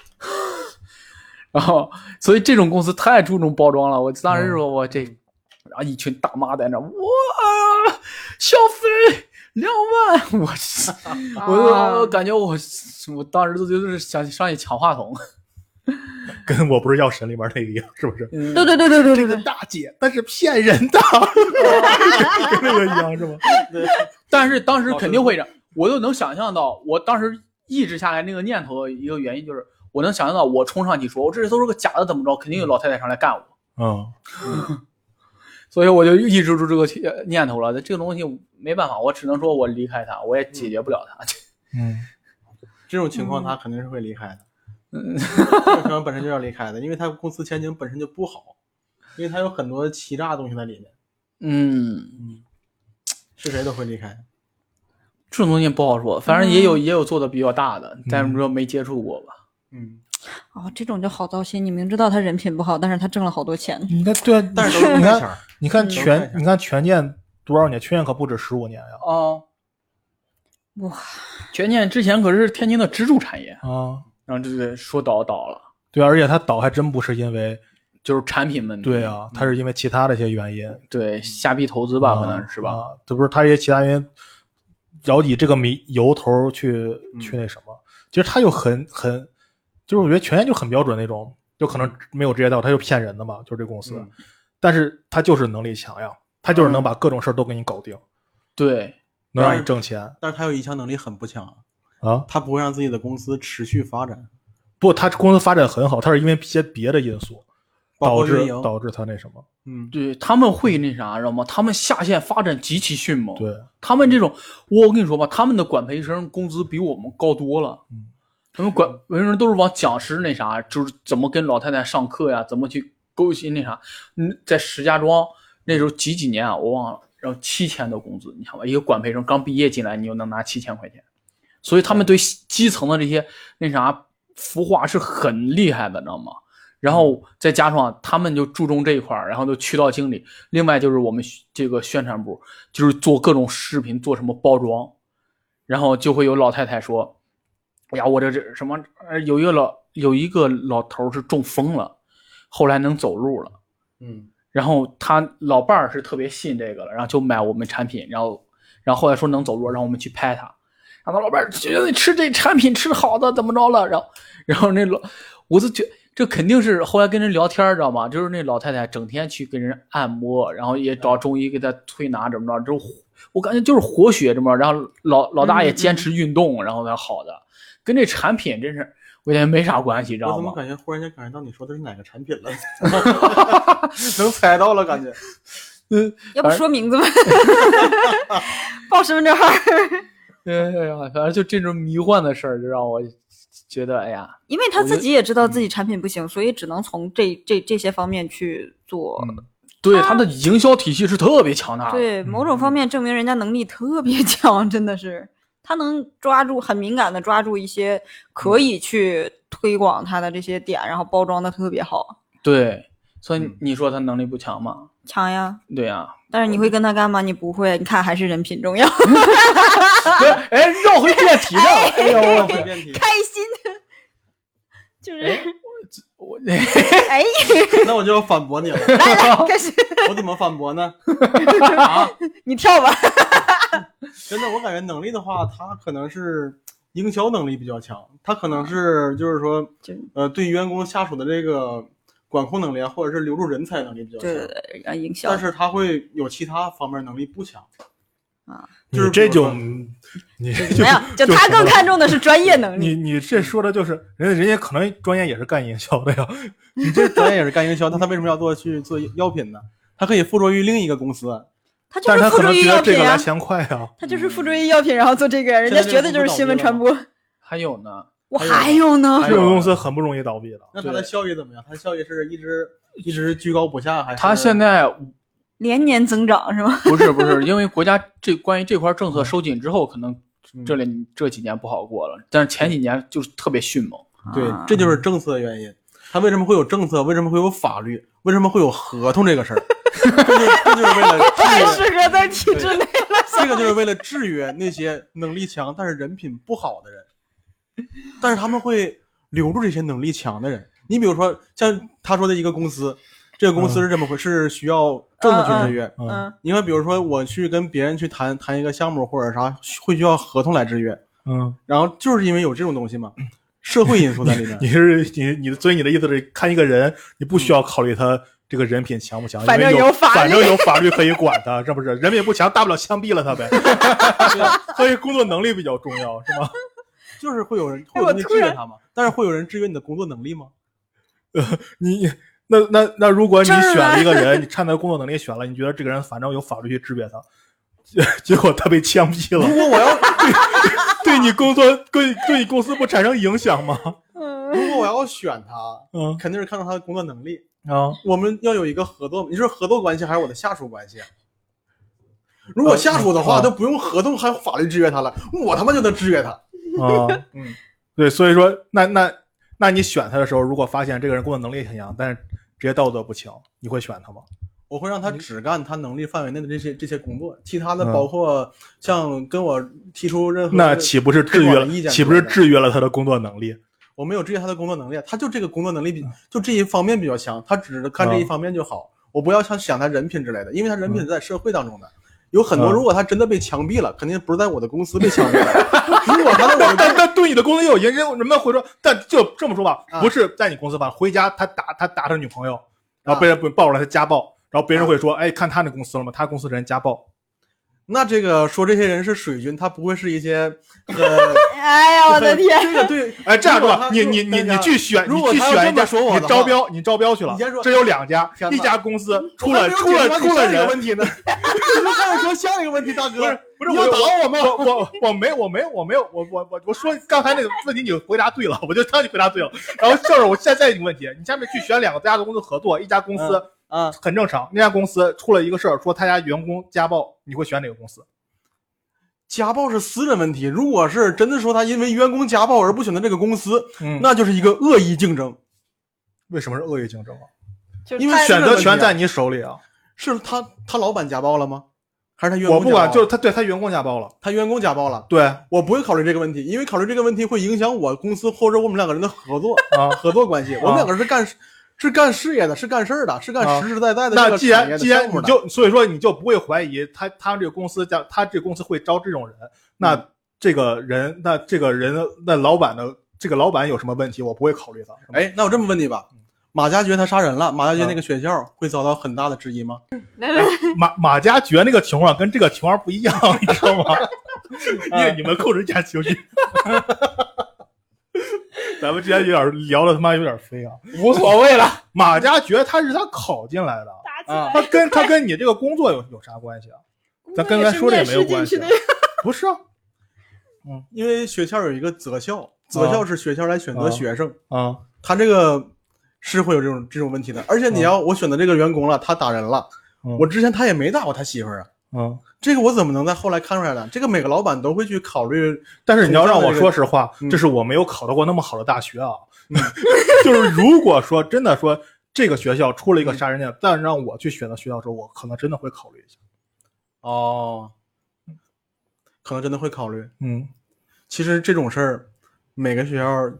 Speaker 1: 然后，所以这种公司太注重包装了。我当时说，我这，然后一群大妈在那，哇，消费两万，我 [LAUGHS] 我
Speaker 3: 啊
Speaker 1: 就我感觉我我当时都就是想上去抢话筒。
Speaker 2: 跟我不是药神里面那个一样，是不是？
Speaker 1: 嗯
Speaker 3: 对对对对对对对，
Speaker 2: 大姐，但是骗人 [LAUGHS] 的，哦跟那个一样是吗？
Speaker 4: 对，
Speaker 1: 但是当时肯定会这样，我就能想象到，我当时抑制下来那个念头的一个原因就是，我能想象到我冲上去说，我这都是个假的，怎么着，肯定有老太太上来干我，
Speaker 2: 嗯，
Speaker 1: 所以我就抑制住这个呃念头了。这个东西没办法，我只能说我离开他，我也解决不了他。
Speaker 2: 嗯，
Speaker 4: 这种情况
Speaker 3: 嗯
Speaker 4: 他肯定是会离开的，嗯这种情况本身就要离开的，因为他公司前景本身就不好，因为他有很多欺诈的东西在里面，
Speaker 1: 嗯，
Speaker 4: 是谁都会离开。
Speaker 1: 这种东西不好说，反正也有、也有做的比较大的，但是说没接触过吧。
Speaker 4: 嗯，
Speaker 3: 哦，这种就好糟心。你明知道他人品不好，但是他挣了好多钱。
Speaker 2: 你看对啊，
Speaker 4: 但是都
Speaker 2: 你
Speaker 4: 是亏钱
Speaker 2: 看
Speaker 4: 儿，
Speaker 2: 你看
Speaker 4: 都是
Speaker 2: 全
Speaker 4: 看，
Speaker 2: 你看全健多少年？全健可不止十五年啊呀！
Speaker 1: 哦，
Speaker 3: 哇，
Speaker 1: 全健之前可是天津的支柱产业，
Speaker 2: 啊，
Speaker 1: 然后这个说倒倒了，
Speaker 2: 对啊，而且他倒还真不是因为
Speaker 1: 就是产品问题。
Speaker 2: 对啊，他是因为其他的一些原因，
Speaker 1: 对，瞎逼投资吧，可能是吧。
Speaker 2: 啊，这不是他一些其他原因，然后以这个迷由头去
Speaker 4: 嗯
Speaker 2: 去那什么，其实他又很很，就是我觉得全健就很标准那种，就可能没有职业道德，他就骗人的嘛，就是这公司
Speaker 4: 嗯，
Speaker 2: 但是他就是能力强呀，他就是能把各种事儿都给你搞定，
Speaker 1: 对，
Speaker 2: 能让你
Speaker 4: 但是
Speaker 2: 挣钱
Speaker 4: 但是他有影响能力很不强啊，
Speaker 2: 啊。
Speaker 4: 他不会让自己的公司持续发展，
Speaker 2: 不，他公司发展很好，他是因为一些别的因素
Speaker 4: 包
Speaker 2: 导
Speaker 4: 括运
Speaker 2: 致
Speaker 4: 营。
Speaker 2: 导致他那什么，
Speaker 4: 嗯，
Speaker 1: 对他们会那啥，知道吗？他们下线发展极其迅猛。，
Speaker 4: 哦
Speaker 2: 对。
Speaker 1: 他们这种，我跟你说吧，他们的管培生工资比我们高多了。
Speaker 2: 嗯，
Speaker 1: 他们管培生都是往讲师那啥，就是怎么跟老太太上课呀，怎么去勾心那啥。嗯，在石家庄那时候几几年啊，我忘了，然后七千的工资，你想吧，一个管培生刚毕业进来，你就能拿七千块钱，所以他们对基层的这些那啥孵化是很厉害的，你知道吗？然后再加上啊他们就注重这一块儿，然后就渠道经理。另外就是我们宣这个宣传部，就是做各种视频，做什么包装，然后就会有老太太说：“哎呀，我这这什么？呃，有一个老有一个老头儿是中风了，后来能走路了。
Speaker 4: 嗯，
Speaker 1: 然后他老伴儿是特别信这个了，然后就买我们产品，然后然后后来说能走路，让我们去拍他。然后他老伴儿觉得吃这产品吃好的怎么着了，然后然后那老我就觉这肯定是后来跟人聊天儿知道吗？就是那老太太整天去跟人按摩，然后也找中医给她推拿怎么着，就我感觉就是活血这么着。然后老老大
Speaker 4: 嗯
Speaker 1: 爷坚持运动，然后才好的，跟这产品真是我觉得没啥关系，知
Speaker 4: 我
Speaker 1: 道
Speaker 4: 怎
Speaker 1: 吗
Speaker 4: 么？感觉忽然间感觉到你说的是哪个产品了？ [LAUGHS] 能猜到了， [LAUGHS] 感觉。
Speaker 3: 要不说名
Speaker 1: [LAUGHS]
Speaker 3: 字吧， [LAUGHS] 报身份证号。
Speaker 1: 哎呀，反正就这种迷幻的事儿，就让我觉得哎嗯呀。
Speaker 3: 因为他自己也知道自己产品不行，所以只能从这这这些方面去做、
Speaker 1: 对它的营销体系是特别强大
Speaker 2: 啊
Speaker 1: 的。
Speaker 2: 嗯
Speaker 3: 对，某种方面证明人家能力特别 [LAUGHS] 强，真的是他能抓住很敏感的抓住一些可
Speaker 2: 嗯
Speaker 3: 以去推广他的这些点，然后包装的特别好，
Speaker 1: 对所以
Speaker 4: 嗯
Speaker 1: 你说它能力不强吗？
Speaker 3: 强呀。
Speaker 1: 对呀、
Speaker 3: 但是你会
Speaker 2: 嗯
Speaker 3: 跟他干嘛？你不会，你看还是人品重要， [LAUGHS]
Speaker 1: 不是哎，绕回辩题上了。哎呦，我
Speaker 4: [LAUGHS] 会变体。
Speaker 3: 开心， [LAUGHS] 就是
Speaker 1: 我
Speaker 3: 哎，
Speaker 4: 那我就要反驳你了，
Speaker 3: 来
Speaker 2: [LAUGHS]
Speaker 3: 来，哎开始，
Speaker 4: 我怎么反驳呢？
Speaker 1: 啊，
Speaker 3: 你跳吧。
Speaker 4: 真的，我感觉能力的话，他可能是营销能力比较强，他可能是就是说
Speaker 2: [LAUGHS]
Speaker 3: 就，
Speaker 4: 呃，对员工下属的这个管控能力啊，或者是留住人才能力比较强
Speaker 3: 对。对对，然后营销
Speaker 4: 但。是他会有其他方面能力不强
Speaker 3: 啊，
Speaker 4: 就是
Speaker 2: 你这
Speaker 4: 比如
Speaker 2: 就
Speaker 4: 说
Speaker 2: 你
Speaker 3: 怎么样？就他更看重的是专业能
Speaker 2: 你
Speaker 3: 力。
Speaker 2: 你这说的就是人家人家可能专业也是干营销的呀，
Speaker 4: 你这专业也是干营销，那他为什么要做去做药品呢？他可以附着于另一个公司，
Speaker 3: 他就
Speaker 2: 但是他
Speaker 3: 附
Speaker 2: 可
Speaker 3: 着
Speaker 2: 能
Speaker 3: 于
Speaker 2: 觉
Speaker 3: 药
Speaker 2: 得这
Speaker 3: 品
Speaker 2: 个
Speaker 3: 啊
Speaker 2: 来，钱快啊。
Speaker 3: 他就是附着于药品，然后做这个，人家学
Speaker 4: 现在这个
Speaker 3: 的就是新闻传播。
Speaker 2: 哎
Speaker 1: 还有呢，
Speaker 3: 我
Speaker 4: 还有
Speaker 3: 还有呢，
Speaker 4: 还
Speaker 2: 这
Speaker 4: 有
Speaker 2: 种公司很不容易倒闭的。
Speaker 4: 那他的效益怎么样？他的效益是一直一直居高不下，还是
Speaker 1: 它现在
Speaker 3: 连年增长是吗？
Speaker 1: 不是不是，因为国家这关于这块政策收紧之后，可能这里这几年不好过了，但是前几年就是特别迅猛。
Speaker 4: 对
Speaker 3: 啊，
Speaker 4: 这就是政策的原因。他为什么会有政策？为什么会有法律？为什么会有合同这个事 [LAUGHS] 儿？这就是这就是为了
Speaker 3: 太 [LAUGHS]
Speaker 4: 制约，
Speaker 3: 适合在体制内了。
Speaker 4: [LAUGHS] 这个就是为了制约那些能力强但是人品不好的人。但是他们会留住这些能力强的人。你比如说，像他说的一个公司，这个公司是这么回事？是需要政策去制约。
Speaker 2: 嗯
Speaker 3: 嗯，
Speaker 4: 因为比如说，我去跟别人去谈谈一个项目或者啥，会需要合同来制约。
Speaker 2: 嗯，
Speaker 4: 然后就是因为有这种东西嘛，社会因素在里面。
Speaker 2: [LAUGHS] 你是你你所以你的意思是看一个人，你不需要考虑他这个人品强不强，
Speaker 3: 反正
Speaker 2: 因为
Speaker 3: 有法律
Speaker 2: 反正有法律可以管他，是不是？人品不强，大不了枪毙了 [LAUGHS] 他呗。所以工作能力比较重要，是吗？
Speaker 4: 就是会有人
Speaker 3: 哎
Speaker 4: 会有人
Speaker 3: 我
Speaker 4: 去
Speaker 3: 突
Speaker 4: 制约
Speaker 3: 然
Speaker 4: 他嘛，但是会有人制约你的工作能
Speaker 2: [LAUGHS]
Speaker 4: 力吗？
Speaker 2: 你那那那如果你
Speaker 3: 这儿
Speaker 2: 选了一个人，你看他工作能力选了，你觉得这个人反正有法律去制约他，结结果他被枪毙了， [LAUGHS]
Speaker 4: 如果我要
Speaker 2: 对你工作对对你公司不产生影响吗？
Speaker 3: 嗯
Speaker 4: 如果我要选他，
Speaker 2: 嗯
Speaker 4: 肯定是看到他的工作能力。
Speaker 2: 啊，
Speaker 4: 我们要有一个合作，你是合作关系还是我的下属关系？啊如果下属的话，
Speaker 2: 嗯
Speaker 4: 都不用合同还有法律制约他了，我他妈就能制约他。
Speaker 2: 啊，
Speaker 4: 嗯，
Speaker 2: 对，所以说，那那那你选他的时候，如果发现这个人工作能力很强，但是职业道德不强，你会选他吗？
Speaker 4: 我会让他只干他能力范围内的这些这些工作，其他的
Speaker 2: 嗯
Speaker 4: 包括像跟我提出任何
Speaker 2: 那岂不是制约
Speaker 4: 推广的意
Speaker 2: 了？
Speaker 4: 见
Speaker 2: 岂不是制约了他的工作能力？
Speaker 4: 我没有制约他的工作能力，啊他就这个工作能力比
Speaker 2: 嗯
Speaker 4: 就这一方面比较强，他只看这一方面就好。我不要想想他人品之类的，因为他人品是在社会当中的，有很多。
Speaker 2: 嗯
Speaker 4: 如果他真的被枪毙了，肯定不是在我的公司被枪毙了。 [LAUGHS] 如果他在我
Speaker 2: 但
Speaker 4: 的
Speaker 2: 但但对你的工作也有影响。人人们会说，但就这么说吧，
Speaker 4: 啊
Speaker 2: 不是在你公司吧？回家他打他打他女朋友，然后
Speaker 4: 啊
Speaker 2: 被人爆出来他家暴，然后别人会说，哎，看他那公司了吗？他公司人家暴。
Speaker 4: 那这个说这些人是水军，他不会是一些呃
Speaker 3: 哎 [LAUGHS] 呀，我的天！
Speaker 4: 这个对，
Speaker 2: [LAUGHS] 哎，这样
Speaker 4: 如
Speaker 2: 说
Speaker 4: 果
Speaker 2: 吧，
Speaker 4: 他
Speaker 2: 你
Speaker 4: 如果
Speaker 2: 你你
Speaker 4: 大家
Speaker 2: 你去选，
Speaker 4: 如果
Speaker 2: 你去
Speaker 4: 他
Speaker 2: 选
Speaker 4: 要
Speaker 2: 一
Speaker 4: 这
Speaker 2: 家
Speaker 4: 么说我的
Speaker 2: 你
Speaker 4: 话
Speaker 2: 招标，你招标去了
Speaker 4: 你先说，
Speaker 2: 这有两家
Speaker 4: 天，哪
Speaker 2: 一家公司出
Speaker 4: 我还
Speaker 2: 了
Speaker 4: 没有
Speaker 2: 出了
Speaker 4: 解决完你
Speaker 2: 出了
Speaker 4: 上一个
Speaker 2: 人，
Speaker 4: 问
Speaker 2: [LAUGHS]
Speaker 4: 题呢？你们还有说下一个问题，大
Speaker 2: 不是
Speaker 4: 哥，
Speaker 2: 不是，
Speaker 4: 你要打
Speaker 2: 我吗？我我我没我没有我没有我我我我说刚才那个问题你回答对了，我就当你回答对了。然后就是我现在一个问题，你下面去选两个家公司合作，一家公司
Speaker 4: 啊！
Speaker 2: 很正常，那家公司出了一个事儿，说他家员工家暴，你会选哪个公司？
Speaker 4: 家暴是私人问题，如果是真的说他因为员工家暴而不选择这个公司，
Speaker 2: 嗯
Speaker 4: 那就是一个恶意竞争。
Speaker 2: 为什么是恶意竞争啊？
Speaker 3: 就是
Speaker 4: 因为
Speaker 3: 太
Speaker 4: 选
Speaker 2: 选
Speaker 4: 择
Speaker 2: 择权在你手里啊！
Speaker 4: 是他他老板家暴了吗？还是他员工
Speaker 2: 我
Speaker 4: 家暴
Speaker 2: 不
Speaker 4: 了？
Speaker 2: 管，就是他对他员工家暴了，
Speaker 4: 他员工家暴了，
Speaker 2: 对
Speaker 4: 我不会考虑这个问题，因为考虑这个问题会影响我公司或者我们两个人的合作。
Speaker 2: 啊
Speaker 4: 合作关系。我们两个人是干是干事业的，是干事儿的，是
Speaker 2: 啊
Speaker 4: 干实实在在的这
Speaker 2: 那
Speaker 4: 个
Speaker 2: 既
Speaker 4: 产业
Speaker 2: 然
Speaker 4: 的
Speaker 2: 既然
Speaker 4: 项
Speaker 2: 你
Speaker 4: 目的。
Speaker 2: 就所以说你就不会怀疑他他这个公司叫他这个公司会招这种人，
Speaker 4: 嗯
Speaker 2: 那这个人那这个人那老板的这个老板有什么问题，我不会考虑他。是吧，
Speaker 4: 哎，那我这么问你吧，马加爵他杀人了，马加爵那个学校会遭到很大的质疑吗？
Speaker 2: 马马加爵那个情况跟这个情况不一样，你知道
Speaker 4: [LAUGHS]
Speaker 2: 吗？因
Speaker 4: 哎
Speaker 2: 为你们 [LAUGHS] 控制一下情绪。咱们之前有点聊的他妈有点飞啊，
Speaker 1: 嗯无所谓了。
Speaker 2: 马加爵他是他考进来的，
Speaker 3: 打起
Speaker 4: 啊
Speaker 3: 来
Speaker 2: 他跟他跟你这个工作有有啥关系啊？咱跟咱说的也没有关系啊，不是啊
Speaker 4: 因啊为学校有一个择校，择校是学校来选择学生，
Speaker 2: 啊
Speaker 4: 他这个是会有这种这种问题的。而且你要我选择这个员工了，他打人了，
Speaker 2: 嗯
Speaker 4: 我之前他也没打过他媳妇儿啊，
Speaker 2: 嗯，
Speaker 4: 这个我怎么能在后来看出来呢？这个每个老板都会去考虑，
Speaker 2: 但是你要让我说实话
Speaker 4: 嗯，
Speaker 2: 这是我没有考到过那么好的大学啊。 [LAUGHS] 就是如果说真的说这个学校出了一个杀人案，但让我去选择学校的时候，我可能真的会考虑一下。
Speaker 4: 哦，可能真的会考虑。
Speaker 2: 嗯，
Speaker 4: 其实这种事儿，每个学校，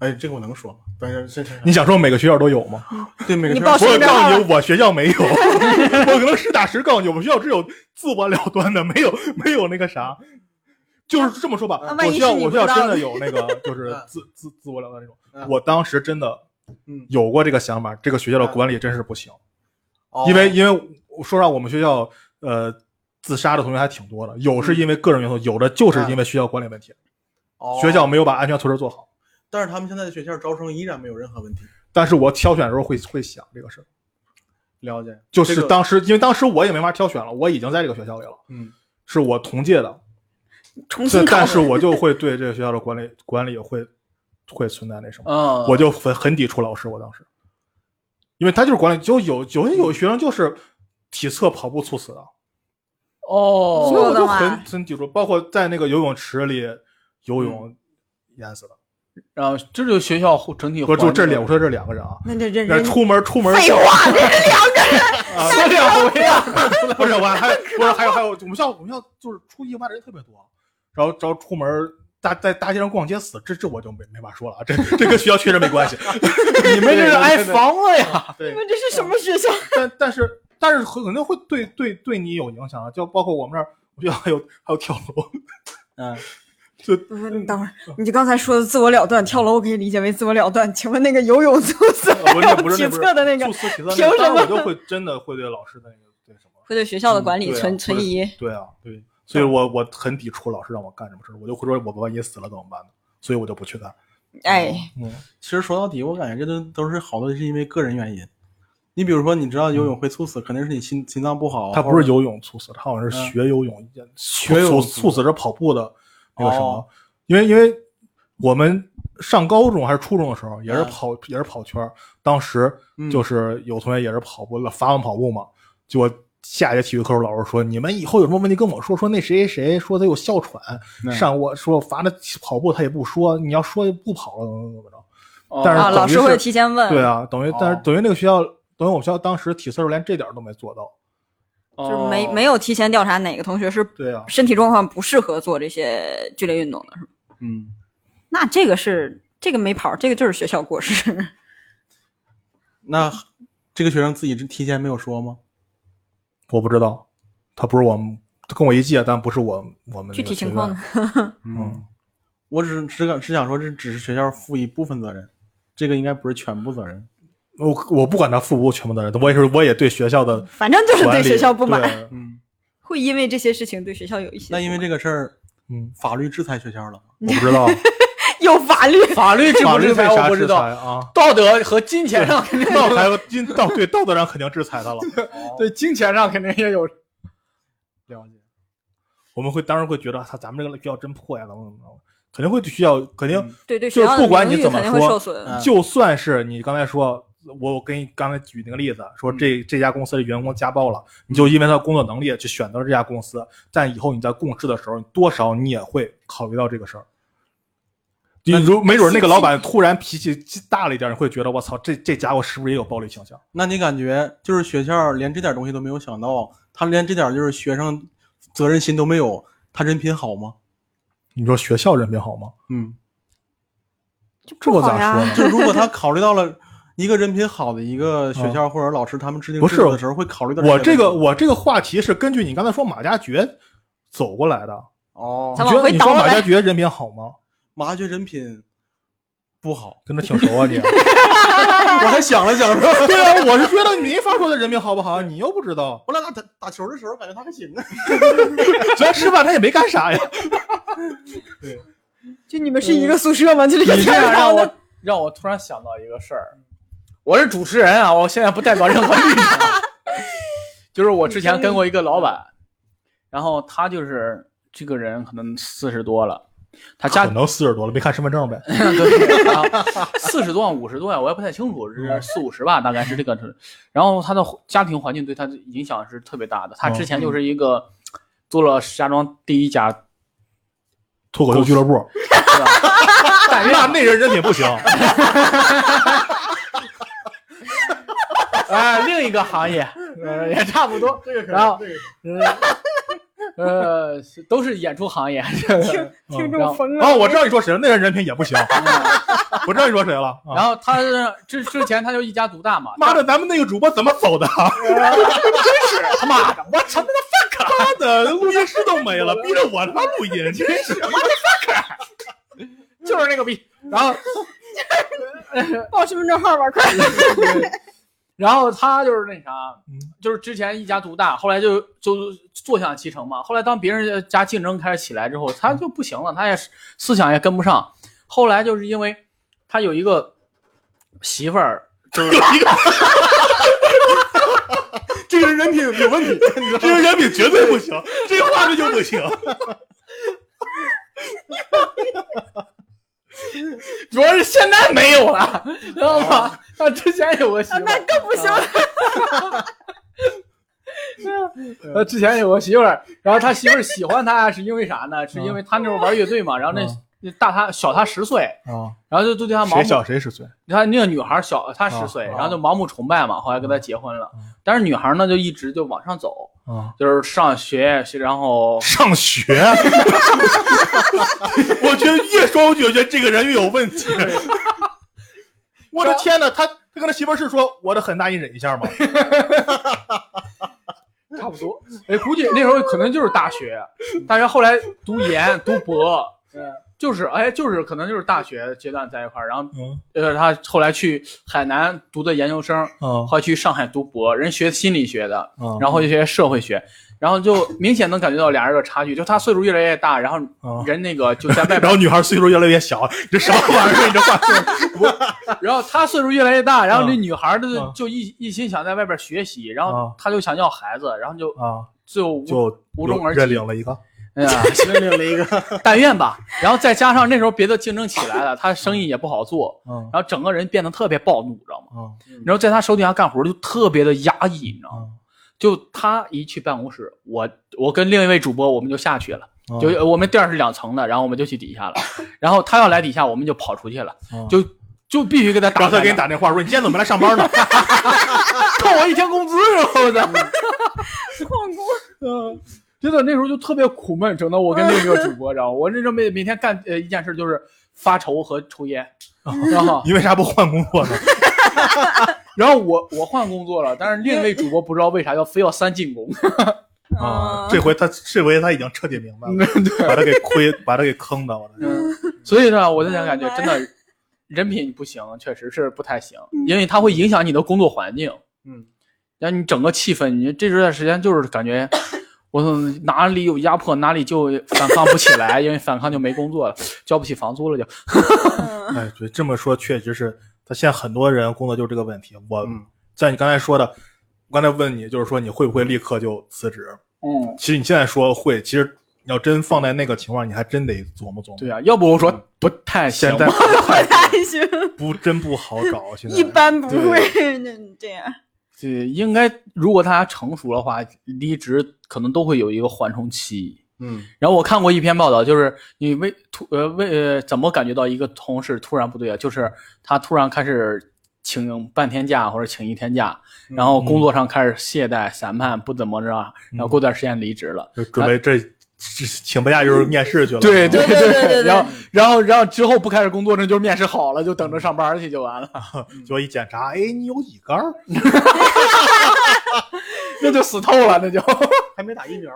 Speaker 4: 哎，这个我能说吗？但是这是
Speaker 2: 你想说每个学校都有吗？
Speaker 3: 啊
Speaker 4: 对每个
Speaker 3: 你
Speaker 4: 学
Speaker 3: 报
Speaker 4: 校
Speaker 3: 谁
Speaker 2: 我
Speaker 3: 的
Speaker 2: 告诉你，我学校没有，我可能实打实告诉你，我们学校只有自我了断的，没有没有那个啥，就是这么说吧。
Speaker 3: 那啊万
Speaker 2: 我
Speaker 3: 一
Speaker 2: 学校
Speaker 3: 是你
Speaker 2: 我
Speaker 3: 不
Speaker 2: 学校
Speaker 3: 知道
Speaker 2: 真的
Speaker 3: 呢
Speaker 2: 有那
Speaker 3: [LAUGHS]
Speaker 2: 个，就是
Speaker 4: 嗯
Speaker 2: 自自自我了断那种
Speaker 4: 嗯。
Speaker 2: 我当时真的
Speaker 4: 嗯
Speaker 2: 有过这个想法，这个学
Speaker 3: 嗯
Speaker 2: 校的管理真是不行，
Speaker 4: 哦
Speaker 2: 因为因为我说实话，我们学校呃自杀的同学还挺多的，有
Speaker 4: 嗯
Speaker 2: 是因为个人因素，有的就是因为学校管理问题，
Speaker 4: 哦
Speaker 2: 学校没有把安全措施做好。
Speaker 4: 但是他们现在的学校招生依然没有任何问题。
Speaker 2: 但是我挑选的时候会会想这个事儿，
Speaker 4: 了解，
Speaker 2: 就是
Speaker 4: 这个
Speaker 2: 当时因为当时我也没法挑选了，我已经在这个学校里了。
Speaker 4: 嗯，
Speaker 2: 是我同届的，
Speaker 3: [LAUGHS] 重
Speaker 2: 这
Speaker 3: 新考
Speaker 2: 但
Speaker 3: 虑。
Speaker 2: 是
Speaker 4: [LAUGHS]
Speaker 2: 我就会对这个学校的管理管理会会存在那什么，
Speaker 1: 嗯，
Speaker 2: 我就很很抵触老师，我当时，因为他就是管理，就有有些有学生就是体测跑步猝死的，
Speaker 1: 哦，
Speaker 2: 所以
Speaker 3: 错
Speaker 2: 我
Speaker 3: 的
Speaker 2: 就
Speaker 3: 嘛
Speaker 2: 很很抵触，包括在那个游泳池里游泳淹死的，
Speaker 1: 然后这就是学校整体
Speaker 2: 不
Speaker 1: 环
Speaker 2: 就
Speaker 1: 境
Speaker 2: 这两，我说这两个人啊，
Speaker 3: 那这这
Speaker 2: 那
Speaker 3: 人
Speaker 2: 出门出门
Speaker 3: 废话，这是两个人。
Speaker 2: 啊 [LAUGHS]
Speaker 1: 说两回啊，
Speaker 2: 不是，我还
Speaker 3: [LAUGHS]
Speaker 2: 不是还有还有，我们校我们校就是出意外的人特别多，然后然后出门儿大在大街上逛街死，这这我就没没法说了啊，这这跟学校确实没关 [LAUGHS] 系。
Speaker 1: 你们这是挨房了呀？
Speaker 2: 对
Speaker 3: 你，们这是什么学校？
Speaker 2: 但但是但是很可能会对对对你有影响啊，就包括我们这儿，我觉得还有还有跳楼，
Speaker 1: 嗯，
Speaker 3: 不嗯是，你等会儿，你就刚才说的自我了断，跳楼我可以理解为自我了断。请问那个游泳猝死
Speaker 2: 呃不是
Speaker 3: 还
Speaker 2: 不是
Speaker 3: 有 [LAUGHS] 体
Speaker 2: 那不是
Speaker 3: 测的那个
Speaker 2: 猝，死体测那个，
Speaker 3: 凭什
Speaker 2: 但是
Speaker 3: 么
Speaker 2: 我就会真的会对老师的那个对什么？
Speaker 3: 会对学校的管理
Speaker 2: 对啊
Speaker 3: 存
Speaker 2: 不是
Speaker 3: 存疑。
Speaker 2: [LAUGHS] 对啊，
Speaker 4: 对，
Speaker 2: 所以我我很抵触老师让我干什么事儿，我就会说我万一死了怎么办呢？所以我就不去干。
Speaker 3: 哎，
Speaker 2: 嗯，
Speaker 4: 其实说到底，我感觉这都都是好多是因为个人原因。你比如说，你知道游泳会猝死，肯定是你心心脏不好。
Speaker 2: 嗯
Speaker 4: 啊
Speaker 2: 他不是游泳猝死，他好像是
Speaker 4: 嗯
Speaker 2: 学游泳，学
Speaker 4: 游泳
Speaker 2: 猝死是跑步的那个什么，
Speaker 4: 哦
Speaker 2: 因为因为我们上高中还是初中的时候，也是
Speaker 4: 嗯
Speaker 2: 跑、也是跑圈儿，当时
Speaker 4: 嗯
Speaker 2: 就是有同学也是跑步了，发完跑步嘛，结果下一节体育课时候老师说，你们以后有什么问题跟我说，说那谁谁谁说他有哮喘，
Speaker 4: 嗯
Speaker 2: 上我说罚他跑步他也不说，你要说就不跑了怎么怎么着。
Speaker 1: 哦
Speaker 2: 但是
Speaker 3: 啊，老
Speaker 2: 等于
Speaker 3: 师会
Speaker 2: 是
Speaker 3: 提前问，
Speaker 2: 对啊，等于但是
Speaker 4: 哦
Speaker 2: 等于那个学校，等于我们学校当时体测时候连这点儿都没做到。
Speaker 1: 哦
Speaker 3: 就是没没有提前调查哪个同学是
Speaker 2: 对啊，
Speaker 3: 身体状况不适合做这些剧烈运动的，是吗？
Speaker 4: 嗯，
Speaker 3: 那这个是这个没跑，这个就是学校过失。
Speaker 4: 那这个学生自己提前没有说吗？
Speaker 2: 我不知道，他不是我们，他跟我一届，但不是我我们那个
Speaker 3: 具体情
Speaker 2: 学
Speaker 3: 况
Speaker 2: 院
Speaker 3: 呢？
Speaker 2: 嗯，
Speaker 4: 我只是只敢只想说，这只是学校负一部分责任，这个应该不是全部责任。
Speaker 2: 我我不管他负不负全部责任，我也是我也对学校的
Speaker 3: 反正就是
Speaker 2: 管
Speaker 3: [LAUGHS] 对
Speaker 2: 理
Speaker 3: 学校不满，
Speaker 2: 对
Speaker 4: 嗯，
Speaker 3: 会因为这些事情对学校有一些不
Speaker 4: 那
Speaker 3: 满。
Speaker 4: 因为这个事儿，
Speaker 2: 嗯，
Speaker 4: 法律制裁学校了吗。
Speaker 2: 我不知道
Speaker 3: 有法律，
Speaker 1: [LAUGHS] 法律制
Speaker 2: 法
Speaker 1: 不
Speaker 2: 律
Speaker 1: 制
Speaker 2: 为
Speaker 1: 裁我
Speaker 2: 啥
Speaker 1: 不
Speaker 2: 制
Speaker 1: 知
Speaker 2: 裁
Speaker 1: 道，
Speaker 2: 啊，
Speaker 1: 道德和金钱上肯定
Speaker 2: 道德和金道对道德上肯定制裁
Speaker 1: [LAUGHS]
Speaker 2: 他了，
Speaker 1: 对金钱上肯定也
Speaker 3: [LAUGHS]
Speaker 1: 有
Speaker 4: 了解。
Speaker 2: 我们会当时会觉得他咱们这个学校真破呀，怎么怎么着，肯定会需要肯定
Speaker 4: 嗯
Speaker 3: 对对，
Speaker 2: 就
Speaker 3: 学
Speaker 2: 是
Speaker 3: 校的
Speaker 2: 不管
Speaker 3: 名
Speaker 2: 你
Speaker 3: 誉
Speaker 2: 怎么
Speaker 3: 肯定会
Speaker 2: 说啊
Speaker 3: 受损。
Speaker 4: 嗯
Speaker 2: 就算是你刚才说，我我给你刚才举那个例子，说
Speaker 4: 嗯
Speaker 2: 这这家公司的员工家暴了，你就因为他的工作能力去选择了这家公司，但以后你在共事的时候，多少你也会考虑到这个事儿。你如没准那个老板突然脾气大了一点，你会觉得我操，这这家伙是不是也有暴力倾向？
Speaker 4: 那你感觉就是学校连这点东西都没有想到，他连这点就是学生责任心都没有，他人品好吗？
Speaker 2: 你说学校人品好吗？
Speaker 4: 嗯，
Speaker 2: 这我
Speaker 3: 好呀
Speaker 2: 咋说呢？
Speaker 4: 就如果他考虑到了一个人品好的一个学校或者老师，他们制定
Speaker 2: 不
Speaker 4: 制
Speaker 2: 是
Speaker 4: 度的时候会考虑到
Speaker 2: 我这
Speaker 4: 些
Speaker 2: 个
Speaker 4: 问题
Speaker 2: 我这个话题是根据你刚才说马加爵走过来的，
Speaker 4: 哦
Speaker 3: 咱，
Speaker 2: 你觉得
Speaker 3: 往回
Speaker 2: 你
Speaker 3: 倒
Speaker 2: 说
Speaker 3: 过
Speaker 2: 马
Speaker 3: 来
Speaker 2: 加爵人品好吗？，
Speaker 4: 麻雀人品不好
Speaker 2: [LAUGHS] 跟他挺熟啊你。
Speaker 4: 我还想了想说，
Speaker 2: [LAUGHS] 对啊，我是觉得没法说他人品好不好，你又不知道。 [LAUGHS]
Speaker 4: 我俩打打打球的时候感觉他还行啊。
Speaker 2: 虽然吃饭他也没干啥呀。
Speaker 3: 就你们是一个宿舍吗？就这个
Speaker 1: 你这
Speaker 3: 天
Speaker 1: 样
Speaker 3: 堂
Speaker 1: 让
Speaker 3: 的
Speaker 1: 我让我突然想到一个事儿，我是主持人啊，我现在不代表任何立 [LAUGHS] 场。就是我之前跟过一个老板，然后他就是这个人可能四十多了，他家
Speaker 2: 可能四十多了，没看身份证呗。
Speaker 1: 对， [LAUGHS] 四十多万、五十多万，我也不太清楚，是四五十吧，大概是这个。然后他的家庭环境对他的影响是特别大的。他之前就是一个做了石家庄第一家，
Speaker 2: 脱口秀俱乐 [LAUGHS] 部，
Speaker 1: 对吧？感
Speaker 2: 那
Speaker 1: 觉 [LAUGHS]
Speaker 2: 那人人品不 [LAUGHS] 行，
Speaker 1: 哎，另一个行业，呃，也差不多。
Speaker 4: 这 [LAUGHS] 个可
Speaker 1: 然后
Speaker 4: 这个
Speaker 1: 呃，都是演出行业。 [LAUGHS] 嗯这个
Speaker 3: 听听
Speaker 1: 然后
Speaker 3: 众疯了。
Speaker 2: 啊，我知道你说谁了，那人人品也不行，我知道你说谁了。啊
Speaker 1: 然后他是之之前他就一家独大嘛，
Speaker 2: 妈的，咱们那个主播怎么走的？啊 [LAUGHS]
Speaker 1: 他妈的，我操！
Speaker 2: 妈的，录音师都没了，逼着我他妈录音，真 [LAUGHS] 是。
Speaker 1: 就是那个逼。然后，
Speaker 3: 报身份证号吧，快！
Speaker 2: [LAUGHS]
Speaker 1: 然后他就是那啥
Speaker 2: 嗯，
Speaker 1: 就是之前一家独大，后来就就坐享其成嘛。后来当别人家竞争开始起来之后，他就不行了，他也是思想也跟不上。后来就是因为他有一个媳妇儿，
Speaker 4: 这个人人品有问题， [LAUGHS] 你知道
Speaker 2: 这
Speaker 4: 吗？
Speaker 2: 人人品绝对不行，这话这就不行。
Speaker 1: 主要是现在没有了，知道吗？他之前有个媳妇儿，
Speaker 3: 更不
Speaker 2: 嗯
Speaker 3: 行了。
Speaker 1: 呃，之前有个媳妇儿，然后他媳妇儿喜欢他是因为啥呢？是因为他那时候玩乐队嘛，然后那
Speaker 2: 嗯
Speaker 1: 那大他小他十岁，
Speaker 2: 啊，
Speaker 1: 然后就就对他盲
Speaker 2: 谁
Speaker 1: 目
Speaker 2: 小谁十岁？
Speaker 1: 他那个女孩小他十岁，
Speaker 2: 啊啊
Speaker 1: 然后就盲目崇拜嘛，后来跟他结婚了
Speaker 2: 嗯。
Speaker 1: 但是女孩呢，就一直就往上走，
Speaker 2: 啊，
Speaker 1: 就是上学，学然后
Speaker 2: 上学。 [LAUGHS] 我觉得越说，我就觉得这个人越有问题。 [LAUGHS] 我的天哪，他他跟他媳妇儿是说我的很大，你忍一下吗？
Speaker 1: [LAUGHS] 差不多，哎，估计那时候可能就是大 [LAUGHS] 学，大学后来读研、读 [LAUGHS] 博，就是哎，就是可能就是大学阶段在一块儿，然后
Speaker 2: 嗯
Speaker 1: 呃，他后来去海南读的研究生，
Speaker 2: 嗯
Speaker 1: 后来去上海读博，人学心理学的，
Speaker 2: 嗯
Speaker 1: 然后又学社会学，然后就明显能感觉到俩人的差距，就他岁数越来越大，然后
Speaker 2: 后
Speaker 1: 人那个就在外
Speaker 2: [LAUGHS] 然
Speaker 1: 边，
Speaker 2: 后女孩岁数越来越小，这什么玩意儿？你这话 [LAUGHS]
Speaker 1: 然后他岁数越来越大，然后那
Speaker 2: 嗯
Speaker 1: 女孩的
Speaker 2: 嗯
Speaker 1: 就一一心想在外边学习，然后
Speaker 2: 嗯
Speaker 1: 他就想要孩子，然后就
Speaker 2: 啊，
Speaker 1: 最后无
Speaker 2: 就
Speaker 1: 无中而
Speaker 2: 认
Speaker 1: 起
Speaker 2: 领了一个。
Speaker 1: [LAUGHS] 哎呀，
Speaker 4: 认领了一个，
Speaker 1: [LAUGHS] 但愿吧。然后再加上那时候别的竞争起来了，
Speaker 2: [LAUGHS]
Speaker 1: 他生意也不好做，
Speaker 2: 嗯
Speaker 1: 然后整个人变得特别暴怒，你知道吗？
Speaker 2: 嗯
Speaker 1: 然后在他手底下干活就特别的压抑，你知道吗？
Speaker 2: 嗯
Speaker 1: 就他一去办公室，我我跟另一位主播我们就下去了，
Speaker 2: 嗯
Speaker 1: 就我们店是两层的，然后我们就去底
Speaker 2: [LAUGHS]
Speaker 1: 下了，然后他要来底下，我们就跑出去了，
Speaker 2: 嗯
Speaker 1: 就就必须给他打。
Speaker 2: 然后他给你，打电话说：“你今天怎么没来上班呢
Speaker 1: 扣我一天工资是吧？我操！
Speaker 3: 旷工，
Speaker 1: 嗯， [LAUGHS] 真的那时候就特别苦闷，整的我跟另一个主播，知道吗？我那时候每每天干呃一件事就是发愁和抽烟，啊然后？”
Speaker 2: [LAUGHS] 你为啥不换工作呢？
Speaker 1: 然后我我换工作了，但是另一位主播不知道为啥要非要三进 [LAUGHS] 宫，
Speaker 2: [LAUGHS] 啊
Speaker 3: 嗯，
Speaker 2: 这回他这回他已经彻底明白了，把他给亏，把他给坑的，我的
Speaker 1: 嗯， [LAUGHS] 所以呢，我在想，感觉真的人品不行，确实是不太行，因为它会影响你的工作环境，
Speaker 4: 嗯，
Speaker 1: 让你整个气氛，你这段时间就是感觉。我哪里有压迫，哪里就反抗不起来， [LAUGHS] 因为反抗就没工作了，交不起房租了就。 [LAUGHS]
Speaker 3: 嗯
Speaker 2: 哎，对，这么说确实是他现在很多人工作就是这个问题。我
Speaker 4: 嗯
Speaker 2: 在你刚才说的，我刚才问你就是说你会不会立刻就辞职？
Speaker 1: 嗯，
Speaker 2: 其实你现在说会，其实你要真放在那个情况，你还真得琢磨琢磨。
Speaker 1: 对啊，要不我说不太行
Speaker 2: 嗯现
Speaker 1: 吧。
Speaker 2: 在
Speaker 3: 不太行，
Speaker 2: 不真不好
Speaker 1: [LAUGHS]
Speaker 2: 找，现在
Speaker 3: 一般不会那这样。
Speaker 1: 对，应该如果大家成熟的话，离职可能都会有一个缓冲期。
Speaker 4: 嗯，
Speaker 1: 然后我看过一篇报道，就是你为突呃为呃怎么感觉到一个同事突然不对啊？就是他突然开始请半天假或者请一天假，然后工作上开始懈怠、散漫，不怎么着，啊然后过段时间离职了。
Speaker 2: 就准备这这请不假就是面试去了。
Speaker 1: 对
Speaker 3: 对
Speaker 1: 对
Speaker 3: 对对对对
Speaker 1: 然后然后然后之后不开始工作，那就是面试好了，就等着上班去就完了，
Speaker 2: 就一检查，哎，你有乙肝儿，
Speaker 1: 那就死透了，那就。
Speaker 4: [LAUGHS] 还没打疫苗，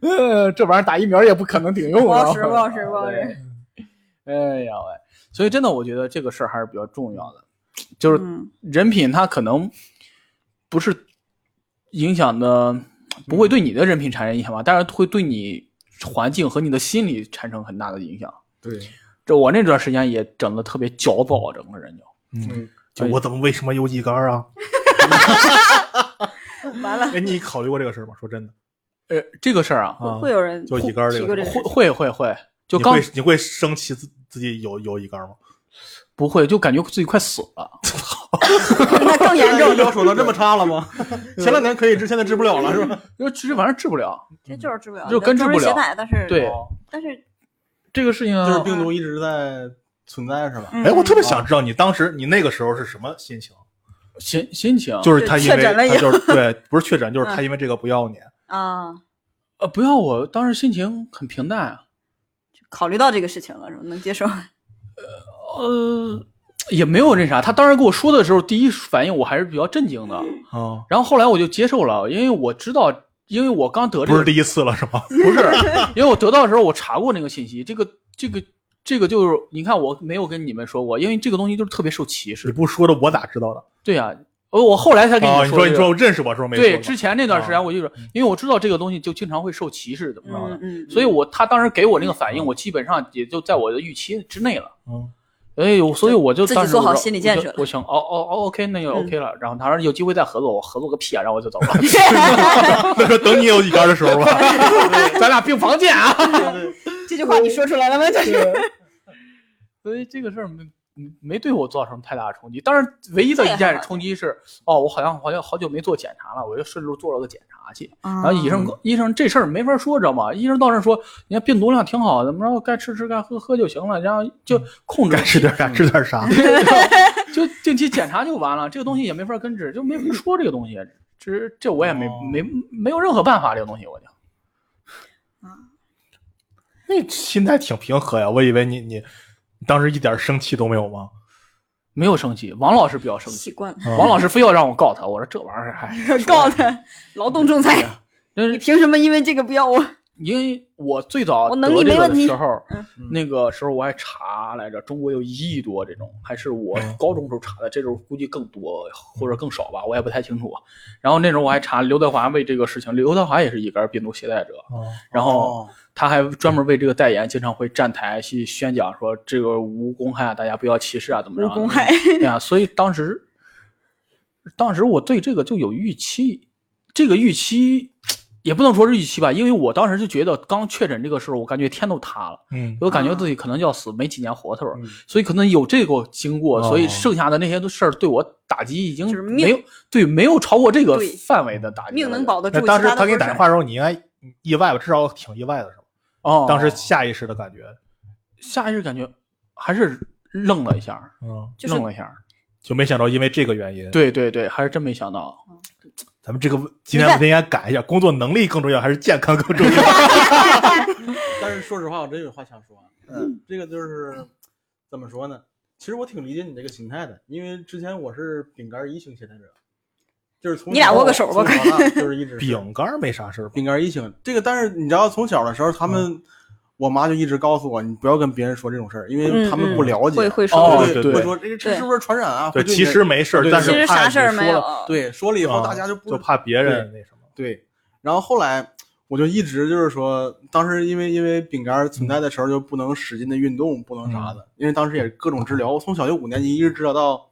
Speaker 1: 呃，这玩意儿打疫苗也不可能顶用
Speaker 3: 不
Speaker 1: 啊！
Speaker 3: 好使不好使不好使
Speaker 1: 对。哎呀喂，所以真的，我觉得这个事儿还是比较重要的，就是
Speaker 3: 嗯，
Speaker 1: 人品它可能不是影响的，不会对你的人品产生影响吧，但是会对你环境和你的心理产生很大的影响。
Speaker 4: 对，
Speaker 1: 这我那段时间也整的特别焦躁，整个人就
Speaker 2: 嗯，就
Speaker 1: 对
Speaker 2: 我怎么为什么有乙肝儿啊？
Speaker 3: [LAUGHS] 完了
Speaker 2: 哎，你考虑过这个事儿吗？说真的，
Speaker 1: 呃这个事儿啊，
Speaker 2: 啊
Speaker 3: 会有人
Speaker 2: 就乙肝儿这
Speaker 3: 提过
Speaker 2: 个
Speaker 3: 这
Speaker 2: 事
Speaker 3: 个
Speaker 2: 儿，
Speaker 1: 会会会会，就
Speaker 2: 你
Speaker 1: 刚
Speaker 2: 会你会生气自自己有有一杆吗？
Speaker 1: 不会，就感觉自己快死了。
Speaker 3: 那更严重。
Speaker 4: 腰手能这么差了 [LAUGHS] 吗？前两年可以治，现在治不了了，是吧？
Speaker 1: 因为其实反正治不了，
Speaker 3: 这就是治不了，
Speaker 1: 就根治不了
Speaker 3: 是携带，但是
Speaker 1: 对
Speaker 4: 哦
Speaker 3: 但是
Speaker 1: 这个事情啊
Speaker 4: 就是病毒一直在存在，是吧？
Speaker 3: 嗯
Speaker 2: 哎，我特别想知道你当时你那个时候是什么心情？
Speaker 1: 心心情
Speaker 2: 就是他因为
Speaker 3: 确诊了以
Speaker 2: 他就
Speaker 3: 后
Speaker 2: 是对，不是确诊，就是他因为这个不要你。
Speaker 3: 啊，
Speaker 1: 呃不要我当时心情很平淡啊，
Speaker 3: 考虑到这个事情了，是吧？能接受。
Speaker 1: 呃也没有那啥。他当时跟我说的时候，第一反应我还是比较震惊的，
Speaker 2: 嗯，
Speaker 1: 然后后来我就接受了，因为我知道，因为我刚得这
Speaker 2: 不
Speaker 1: 个
Speaker 2: 是第一次了是吗？
Speaker 1: 不是，因为我得到的时候我查过那个信息，这个这个这个就是你看我没有跟你们说过，因为这个东西就是特别受歧
Speaker 2: [LAUGHS] 你
Speaker 1: 视。
Speaker 2: 不说的我哪知道的？
Speaker 1: 对呀、呃我后来才跟
Speaker 2: 啊，
Speaker 1: 们
Speaker 2: 你
Speaker 1: 说、
Speaker 2: 说
Speaker 1: 这
Speaker 2: 你
Speaker 1: 个
Speaker 2: 说认识我的时候没说
Speaker 1: 对，
Speaker 2: 吗
Speaker 1: 之前那段时
Speaker 2: 啊
Speaker 1: 间我就是、因为我知道这个东西就经常会受歧视，怎么着的，
Speaker 3: 嗯嗯，
Speaker 1: 所以我他当时给我那个反应，我基本上也就在我的预期之内了。
Speaker 2: 嗯，
Speaker 1: 所以我所以我就
Speaker 3: 自己
Speaker 1: 当时
Speaker 3: 做
Speaker 1: 我
Speaker 3: 好
Speaker 1: 说
Speaker 3: 心理
Speaker 1: 我
Speaker 3: 建
Speaker 1: 就
Speaker 3: 设了嗯
Speaker 1: 我想哦哦哦，OK，那就 OK 了。然后他说有机会再合作，我合作个屁啊！然后我就走
Speaker 2: [LAUGHS]
Speaker 1: 了。 [LAUGHS]
Speaker 2: 那说 [LAUGHS] 等你有一杆的时候 [LAUGHS] 吧。
Speaker 1: 咱俩病房见啊！
Speaker 3: [LAUGHS] 这句话你说出来了吗？就是
Speaker 1: [LAUGHS] 所以这个事儿没没对我造成太大的冲击。当然，唯一的一件冲击是，哦，我好像好像好久没做检查了，我就顺路做了个检查去。
Speaker 3: 嗯
Speaker 1: 然后医
Speaker 3: 啊
Speaker 1: 生
Speaker 2: 嗯
Speaker 1: 跟医生这事儿没法说，知道吗？医生到那儿说，你看病毒量挺好，怎么着该吃吃该喝喝就行了，然后就控制嗯
Speaker 2: 嗯该吃点啥吃点啥，
Speaker 1: [LAUGHS] 就定期检查就完了。这个东西也没法根治，就没法说这个东西。这这我也没、
Speaker 4: 哦
Speaker 1: 没没有任何办法，这个东西我就
Speaker 2: 那心态挺平和呀。我以为你你你当时一点生气都没有吗？
Speaker 1: 没有生气。王老师比较生
Speaker 3: 习
Speaker 1: 气，
Speaker 3: 惯了，
Speaker 2: 哦
Speaker 1: 王老师非要让我告他，我说这玩意儿，哎，
Speaker 3: [LAUGHS] 告他劳动仲裁，
Speaker 1: 真是
Speaker 3: 你凭什么因为这个不要我？
Speaker 2: 啊
Speaker 1: 因为我最早
Speaker 3: 我
Speaker 1: 得
Speaker 3: 能力
Speaker 1: 这
Speaker 3: 没
Speaker 1: 个
Speaker 3: 问
Speaker 1: 的
Speaker 3: 题
Speaker 1: 时候
Speaker 3: 嗯，
Speaker 1: 那个时候我还查来着，中国有一亿多这种，还是我
Speaker 2: 哦
Speaker 1: 高中时候查的，这时候估计更多或者更少吧，我也不太清楚。然后那时候我还查刘德华为这个事情，刘德华也是一杆病毒携带者，
Speaker 2: 哦，
Speaker 1: 然后他还专门为这个代言，经常会站台去宣讲说这个无公害啊，大家不要歧视啊，怎么着
Speaker 3: 无
Speaker 1: 啊？
Speaker 3: 公害，
Speaker 1: 对啊，所以当时，当时我对这个就有预期，这个预期也不能说是预期吧，因为我当时就觉得刚确诊这个时候，我感觉天都塌了，
Speaker 2: 嗯，
Speaker 1: 我
Speaker 3: 啊
Speaker 1: 感觉自己可能就要死，没几年活头了，
Speaker 4: 嗯
Speaker 1: 所以可能有这个经过，
Speaker 2: 哦
Speaker 1: 所以剩下的那些事儿对我打击已经
Speaker 3: 就是命
Speaker 1: 没有对没有超过这个
Speaker 3: 对
Speaker 1: 范围的打击了，
Speaker 3: 命能保得住
Speaker 2: 那。当时他给你打电话的时候，你应该意外吧？至少挺意外的是吧？
Speaker 1: 哦，
Speaker 2: 当时下意识的感觉，
Speaker 1: 下意识感觉还是愣了一下，
Speaker 2: 嗯，
Speaker 3: 就是
Speaker 1: 愣了一下，
Speaker 2: 就没想到因为这个原因。，
Speaker 1: 对对对，还是真没想到。
Speaker 2: 咱们这个今天我们应该改一下，工作能力更重要还是健康更重要？ [LAUGHS]
Speaker 4: 但是说实话，我真有话想说啊。嗯，这个就是怎么说呢？其实我挺理解你这个心态的，因为之前我是饼干一型携带者，就是从
Speaker 3: 你俩
Speaker 4: 小
Speaker 3: 握个手吧
Speaker 4: 从小到大 [LAUGHS] 就是一直是
Speaker 2: 饼干没啥事儿吧？
Speaker 4: 饼干一型。这个，但是你知道，从小的时候，他们、
Speaker 2: 嗯
Speaker 4: 我妈就一直告诉我，你不要跟别人说这种事儿，因为他们不了解。
Speaker 3: 嗯
Speaker 4: 啊
Speaker 3: 会会说
Speaker 1: 哦
Speaker 3: 的，
Speaker 2: 对
Speaker 1: 对
Speaker 4: 会说这个这是不是传染啊？
Speaker 2: 对，
Speaker 4: 会你
Speaker 2: 其实没事儿，
Speaker 4: 对
Speaker 2: 但
Speaker 4: 其
Speaker 2: 是
Speaker 3: 其实
Speaker 2: 怕
Speaker 3: 啥
Speaker 2: 你
Speaker 3: 事儿没
Speaker 2: 说
Speaker 3: 有
Speaker 2: 了，
Speaker 4: 对说了以后，
Speaker 2: 啊
Speaker 4: 大家就不
Speaker 2: 就怕别人那什么。
Speaker 4: 对，然后后来我就一直就是说，当时因为因为饼干存在的时候就不能使劲的运动，不能啥的，
Speaker 2: 嗯
Speaker 4: 因为当时也各种治疗，我从小学五年级一直治疗到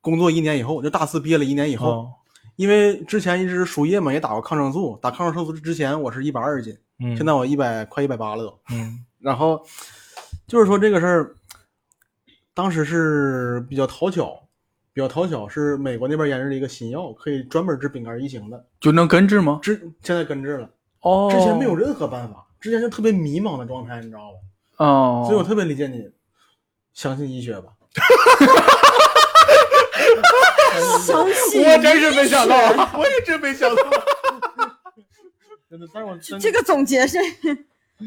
Speaker 4: 工作一年以后，我就大四毕业了一年以后，
Speaker 2: 哦，
Speaker 4: 因为之前一直输液嘛，也打过抗生素，打抗生素之前我是一百二十斤，
Speaker 2: 嗯，
Speaker 4: 现在我一百快一百八了都，
Speaker 2: 嗯，
Speaker 4: 然后就是说这个事儿，当时是比较讨巧。比较讨巧是美国那边研制了一个新药，可以专门治饼干一型的，
Speaker 1: 就能根治吗？
Speaker 4: 之现在根治了，
Speaker 1: 哦，
Speaker 4: 之前没有任何办
Speaker 2: 哦
Speaker 4: 法，之前就特别迷茫的状态，你知道吧？
Speaker 1: 哦，
Speaker 4: 所以我特别理解你，相信医学吧。
Speaker 3: 相信
Speaker 2: 我 [LAUGHS] 真是没想到，
Speaker 3: [LAUGHS]
Speaker 2: 啊我也真没想到。
Speaker 4: 真的，但是我真
Speaker 3: 这个总结是，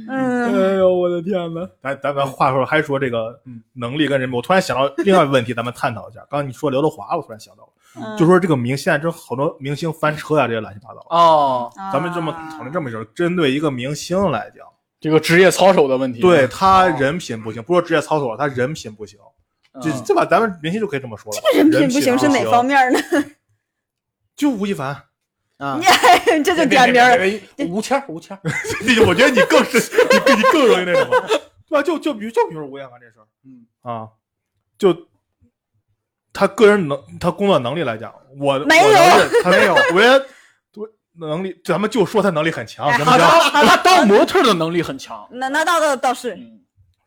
Speaker 3: 嗯，
Speaker 2: 哎呦，我的天呐！咱咱咱话说还说这个能力跟人品，我突然想到另外一个问题，咱们探讨一下。刚刚你说刘德华，我突然想到了，
Speaker 3: 嗯
Speaker 2: 就说这个明现在这好多明星翻车呀、这些乱七八糟的。
Speaker 1: 哦，
Speaker 3: 啊
Speaker 2: 咱们这么讨论这么一事儿，针对一个明星来讲，
Speaker 1: 这个职业操守的问题，
Speaker 2: 对他人品不行，不说职业操守，他人品不行，
Speaker 1: 嗯，
Speaker 2: 这这把咱们明星就可以这么说了。
Speaker 3: 人品不
Speaker 2: 人
Speaker 3: 行
Speaker 2: 啊
Speaker 3: 是哪方？面呢？ [LAUGHS]
Speaker 2: 就吴亦凡， [LAUGHS]
Speaker 4: 啊，
Speaker 3: 这就点名儿，
Speaker 1: 别，吴谦儿，吴谦儿，
Speaker 2: 你我觉得你更是你你更容易那什么，对吧？就就比如就比如吴亦凡这事儿，
Speaker 4: 嗯
Speaker 2: 啊，就他个人能他工作能力来讲，我
Speaker 3: 没有
Speaker 2: 我了解他没有，我觉得我能力，咱们就说他能力很强，
Speaker 3: 哎
Speaker 2: 咱
Speaker 1: 他
Speaker 2: 们
Speaker 1: 他他当模特的能力很强，
Speaker 3: 那那倒倒倒是，
Speaker 1: 嗯，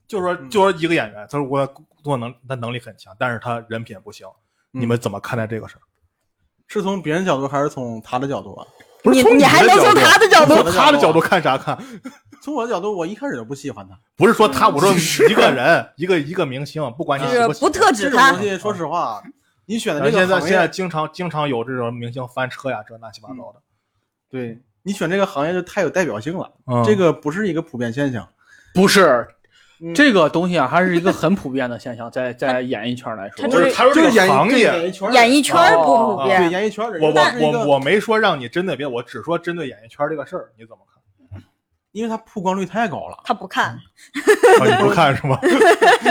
Speaker 2: 就说就说一个演员，他说我工作能他能力很强，但是他人品不行，
Speaker 4: 嗯
Speaker 2: 你们怎么看待这个事儿？
Speaker 4: 是从别人角度还是从他的角度啊？
Speaker 2: 不是
Speaker 3: 你
Speaker 2: 从
Speaker 3: 你还
Speaker 2: 的
Speaker 3: 能
Speaker 2: 角
Speaker 3: 从
Speaker 2: 度
Speaker 3: 他的角度
Speaker 2: 从他的角度看啥看？
Speaker 4: 从我的角度，我一开始就不喜欢他。
Speaker 2: [LAUGHS] 不是说他，我说一个人，一个一个明星，不管你
Speaker 3: 就
Speaker 2: 喜
Speaker 4: 啊
Speaker 3: 是
Speaker 2: 喜
Speaker 3: 不
Speaker 2: 欢
Speaker 3: 特
Speaker 4: 这
Speaker 3: 指
Speaker 4: 种
Speaker 3: 他嗯
Speaker 4: 东。西，说实话，你选的
Speaker 2: 咱
Speaker 4: 这
Speaker 2: 哦现
Speaker 4: 个
Speaker 2: 在
Speaker 4: 行
Speaker 2: 现在
Speaker 4: 业，
Speaker 2: 经常经常有这种明星翻车呀，这乱七八糟的。
Speaker 4: 对你选这个行业就太有代表性了。
Speaker 2: 嗯
Speaker 4: 这个不是一个普遍现象。
Speaker 1: 不是
Speaker 4: 嗯。
Speaker 1: 这个东西啊，还是一个很普遍的现象，在在演艺圈来说，
Speaker 3: 他这
Speaker 2: 不是他说
Speaker 4: 就
Speaker 2: 这
Speaker 4: 是
Speaker 2: 个
Speaker 4: 演艺
Speaker 2: 行
Speaker 4: 这是
Speaker 2: 业，
Speaker 4: 演艺圈的，
Speaker 3: 演艺圈儿不
Speaker 1: 哦
Speaker 3: 普
Speaker 2: 哦
Speaker 4: 对
Speaker 3: 遍，，
Speaker 4: 演艺圈的人，
Speaker 2: 我
Speaker 4: 但是一
Speaker 2: 我
Speaker 4: 个
Speaker 2: 我我没说让你针对别，我只说针对演艺圈这个事儿，你怎么看？
Speaker 4: 因为他曝光率太高了
Speaker 3: 他不看。
Speaker 2: 啊你不看
Speaker 4: [LAUGHS]
Speaker 2: 是吗？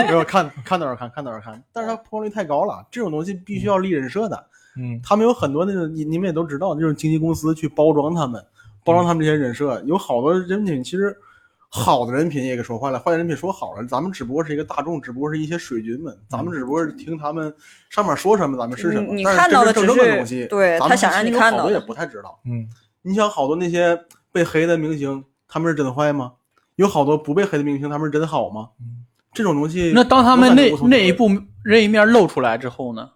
Speaker 4: 没有看看到哪儿看看到哪儿看，但是他曝光率太高了，这种东西必须要立人设的。
Speaker 2: 嗯，
Speaker 4: 他们有很多那种，你你们也都知道，那种经纪公司去包装他们，包装他们这些人设，有好多人品其实好的人品也给说坏了，坏的人品说好了，咱们只不过是一个大众，只不过是一些水军们，咱们只不过是听他们上面说什么，咱们是什么。
Speaker 3: 嗯你你
Speaker 4: 但
Speaker 3: 看到的
Speaker 4: 真
Speaker 3: 只
Speaker 4: 正的
Speaker 3: 是
Speaker 4: 东西，
Speaker 3: 对
Speaker 4: 咱
Speaker 3: 他
Speaker 4: 们
Speaker 3: 想
Speaker 4: 其
Speaker 3: 让
Speaker 4: 实
Speaker 3: 你
Speaker 4: 有
Speaker 3: 看
Speaker 4: 好
Speaker 3: 到
Speaker 4: 多也
Speaker 3: 的
Speaker 4: 不太知道。
Speaker 2: 嗯，
Speaker 4: 你想，好多那些被黑的明星，他们是真坏吗？有好多不被黑的明星，他们是真好吗？
Speaker 2: 嗯
Speaker 4: 这种东西，
Speaker 1: 那当他们那
Speaker 4: 我感觉无从
Speaker 1: 那一
Speaker 4: 讨论
Speaker 1: 部那一面露出来之后呢？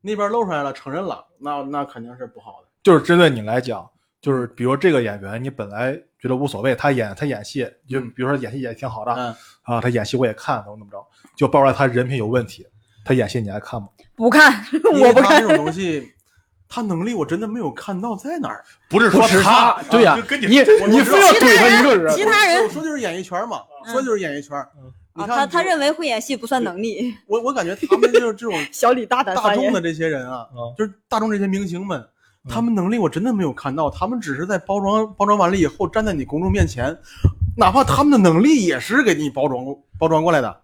Speaker 4: 那边露出来了，承认了，那那肯定是不好的。
Speaker 2: 就是针对你来讲，就是比如这个演员，你本来觉得无所谓，他演他演戏，就比如说演戏演得挺好
Speaker 1: [LAUGHS]
Speaker 2: 的
Speaker 4: 嗯，
Speaker 2: 啊，他演戏我也看，怎么怎么着，就爆出来他人品有问题，他演戏你还看吗？
Speaker 3: 不看，
Speaker 4: 因为
Speaker 3: 我不
Speaker 4: 他
Speaker 3: 看
Speaker 4: 这。种东西，他能力我真的没有看到在哪儿。
Speaker 2: 不是
Speaker 1: 不
Speaker 2: 说
Speaker 1: 是
Speaker 2: 他，啊
Speaker 1: 对呀
Speaker 2: 就跟，
Speaker 1: 你
Speaker 2: 说
Speaker 1: 你非要怼他一个人
Speaker 3: 其，他人嗯
Speaker 4: 我说就是演艺圈嘛，说就是演艺圈。
Speaker 1: 嗯
Speaker 4: 你
Speaker 3: 啊，
Speaker 4: 看，
Speaker 3: 他他
Speaker 4: 就
Speaker 3: 认为会演戏不算能力。
Speaker 4: 我我感觉他们就是这种
Speaker 3: 小李大胆
Speaker 4: 大
Speaker 3: 发
Speaker 4: 众
Speaker 3: 言
Speaker 4: 的，这些人啊
Speaker 2: 嗯，
Speaker 4: 就是大众这些明星们，他们能力我真的没有看到，他们只是在包装包装完了以后，站在你公众面前，哪怕他们的能力也是给你包装包装过来的。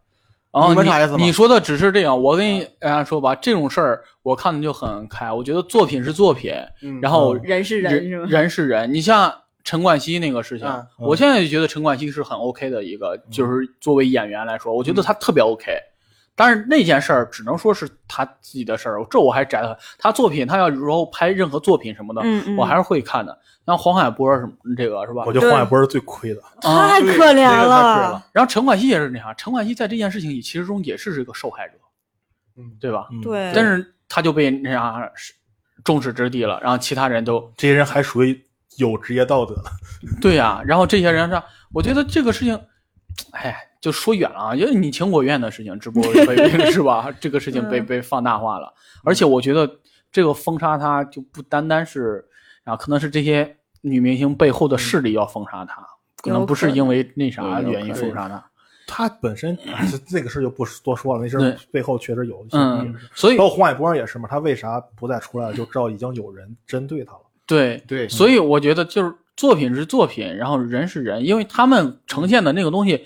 Speaker 1: 啊，
Speaker 4: 你明白啥意思吗
Speaker 1: 你说的只是这样，我跟你大家说吧，这种事儿我看的就很开，我觉得作品是作品，
Speaker 4: 嗯
Speaker 1: 然后
Speaker 3: 人是人是吗？
Speaker 1: 人是人。你像陈冠希那个事情，
Speaker 4: 嗯
Speaker 1: 我现在就觉得陈冠希是很 OK 的一个，就是作为演员来说，我
Speaker 4: 嗯
Speaker 1: 觉得他特别 OK。但是那件事儿只能说是他自己的事儿，这我还摘了他作品，他要如后拍任何作品什么的，
Speaker 3: 嗯嗯
Speaker 1: 我还是会看的。像黄海波什么这个是吧
Speaker 2: 我？觉得黄海波是最亏的，
Speaker 1: 啊
Speaker 3: 太
Speaker 4: 对
Speaker 3: 可怜
Speaker 4: 那个太亏了。
Speaker 1: 然后陈冠希也是那啥，陈冠希在这件事情里其实中也是这个受害者，
Speaker 4: 嗯
Speaker 1: 对吧？
Speaker 2: 嗯
Speaker 3: 对
Speaker 1: 但是他就被那啥是众矢之的了，然后其他人都
Speaker 2: 这些人还属于有职业道德的，
Speaker 1: 对呀、然后这些人上，我觉得这个事情，哎，就说远了啊，因为你情我愿的事情，只不过被是吧？这个事情被
Speaker 3: 嗯
Speaker 1: 被放大化了，而且我觉得这个封杀他就不单单是啊，可能是这些女明星背后的势力要封杀他，可能不是因为那啥
Speaker 4: 有可能
Speaker 1: 原因封杀他，
Speaker 2: 他本身哎这这个事儿就不多说了，那事
Speaker 1: 对
Speaker 2: 儿背后确实有一些原因
Speaker 1: 嗯，所以
Speaker 2: 包括黄海波也是嘛，他为啥不再出来了？就知道已经有人针对他了。
Speaker 1: 对
Speaker 4: 对
Speaker 1: 所以我觉得就是作品是作品，然后人是人，因为他们呈现的那个东西，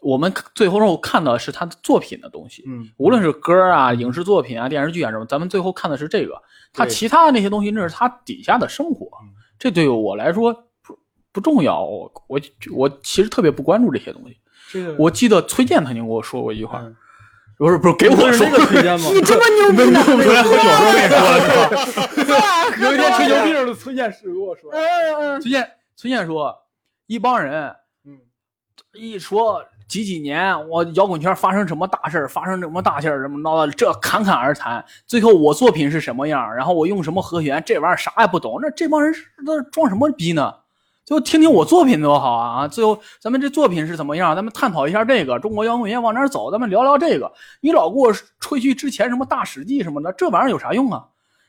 Speaker 1: 我们最后让我看到的是他的作品的东西，
Speaker 4: 嗯，
Speaker 1: 无论是歌啊、影视作品啊、电视剧啊什么，咱们最后看的是这个，他
Speaker 4: 对
Speaker 1: 其他的那些东西那是他底下的生活
Speaker 2: 嗯，
Speaker 1: 这对我来说不不重要，我我我其实特别不关注这些东西。
Speaker 4: 这个
Speaker 1: 我记得崔健曾经跟我说过一句话，
Speaker 4: 嗯
Speaker 1: 不是不是给我
Speaker 4: 是
Speaker 1: 说
Speaker 4: 那，个推
Speaker 3: [LAUGHS]
Speaker 4: 荐吗？
Speaker 3: 这么牛逼呢？
Speaker 1: [LAUGHS] 有一
Speaker 3: [LAUGHS]
Speaker 1: 天吹牛逼的时候，崔健是跟我说，
Speaker 3: 哎嗯嗯
Speaker 1: 崔健崔健说，一帮人
Speaker 4: 嗯
Speaker 1: 一说几几年，我摇滚圈发生什么大事儿，发生什么大事儿，什么闹的，这侃侃而谈。最后我作品是什么样，然后我用什么和弦，这玩意儿啥也不懂，那这帮人是那装什么逼呢？最后听听我作品多好啊！啊最后咱们这作品是怎么样？咱们探讨一下这个中国摇滚乐往哪儿走，咱们聊聊这个。你老给我吹嘘之前什么大史记什么的，这玩意儿有啥用啊？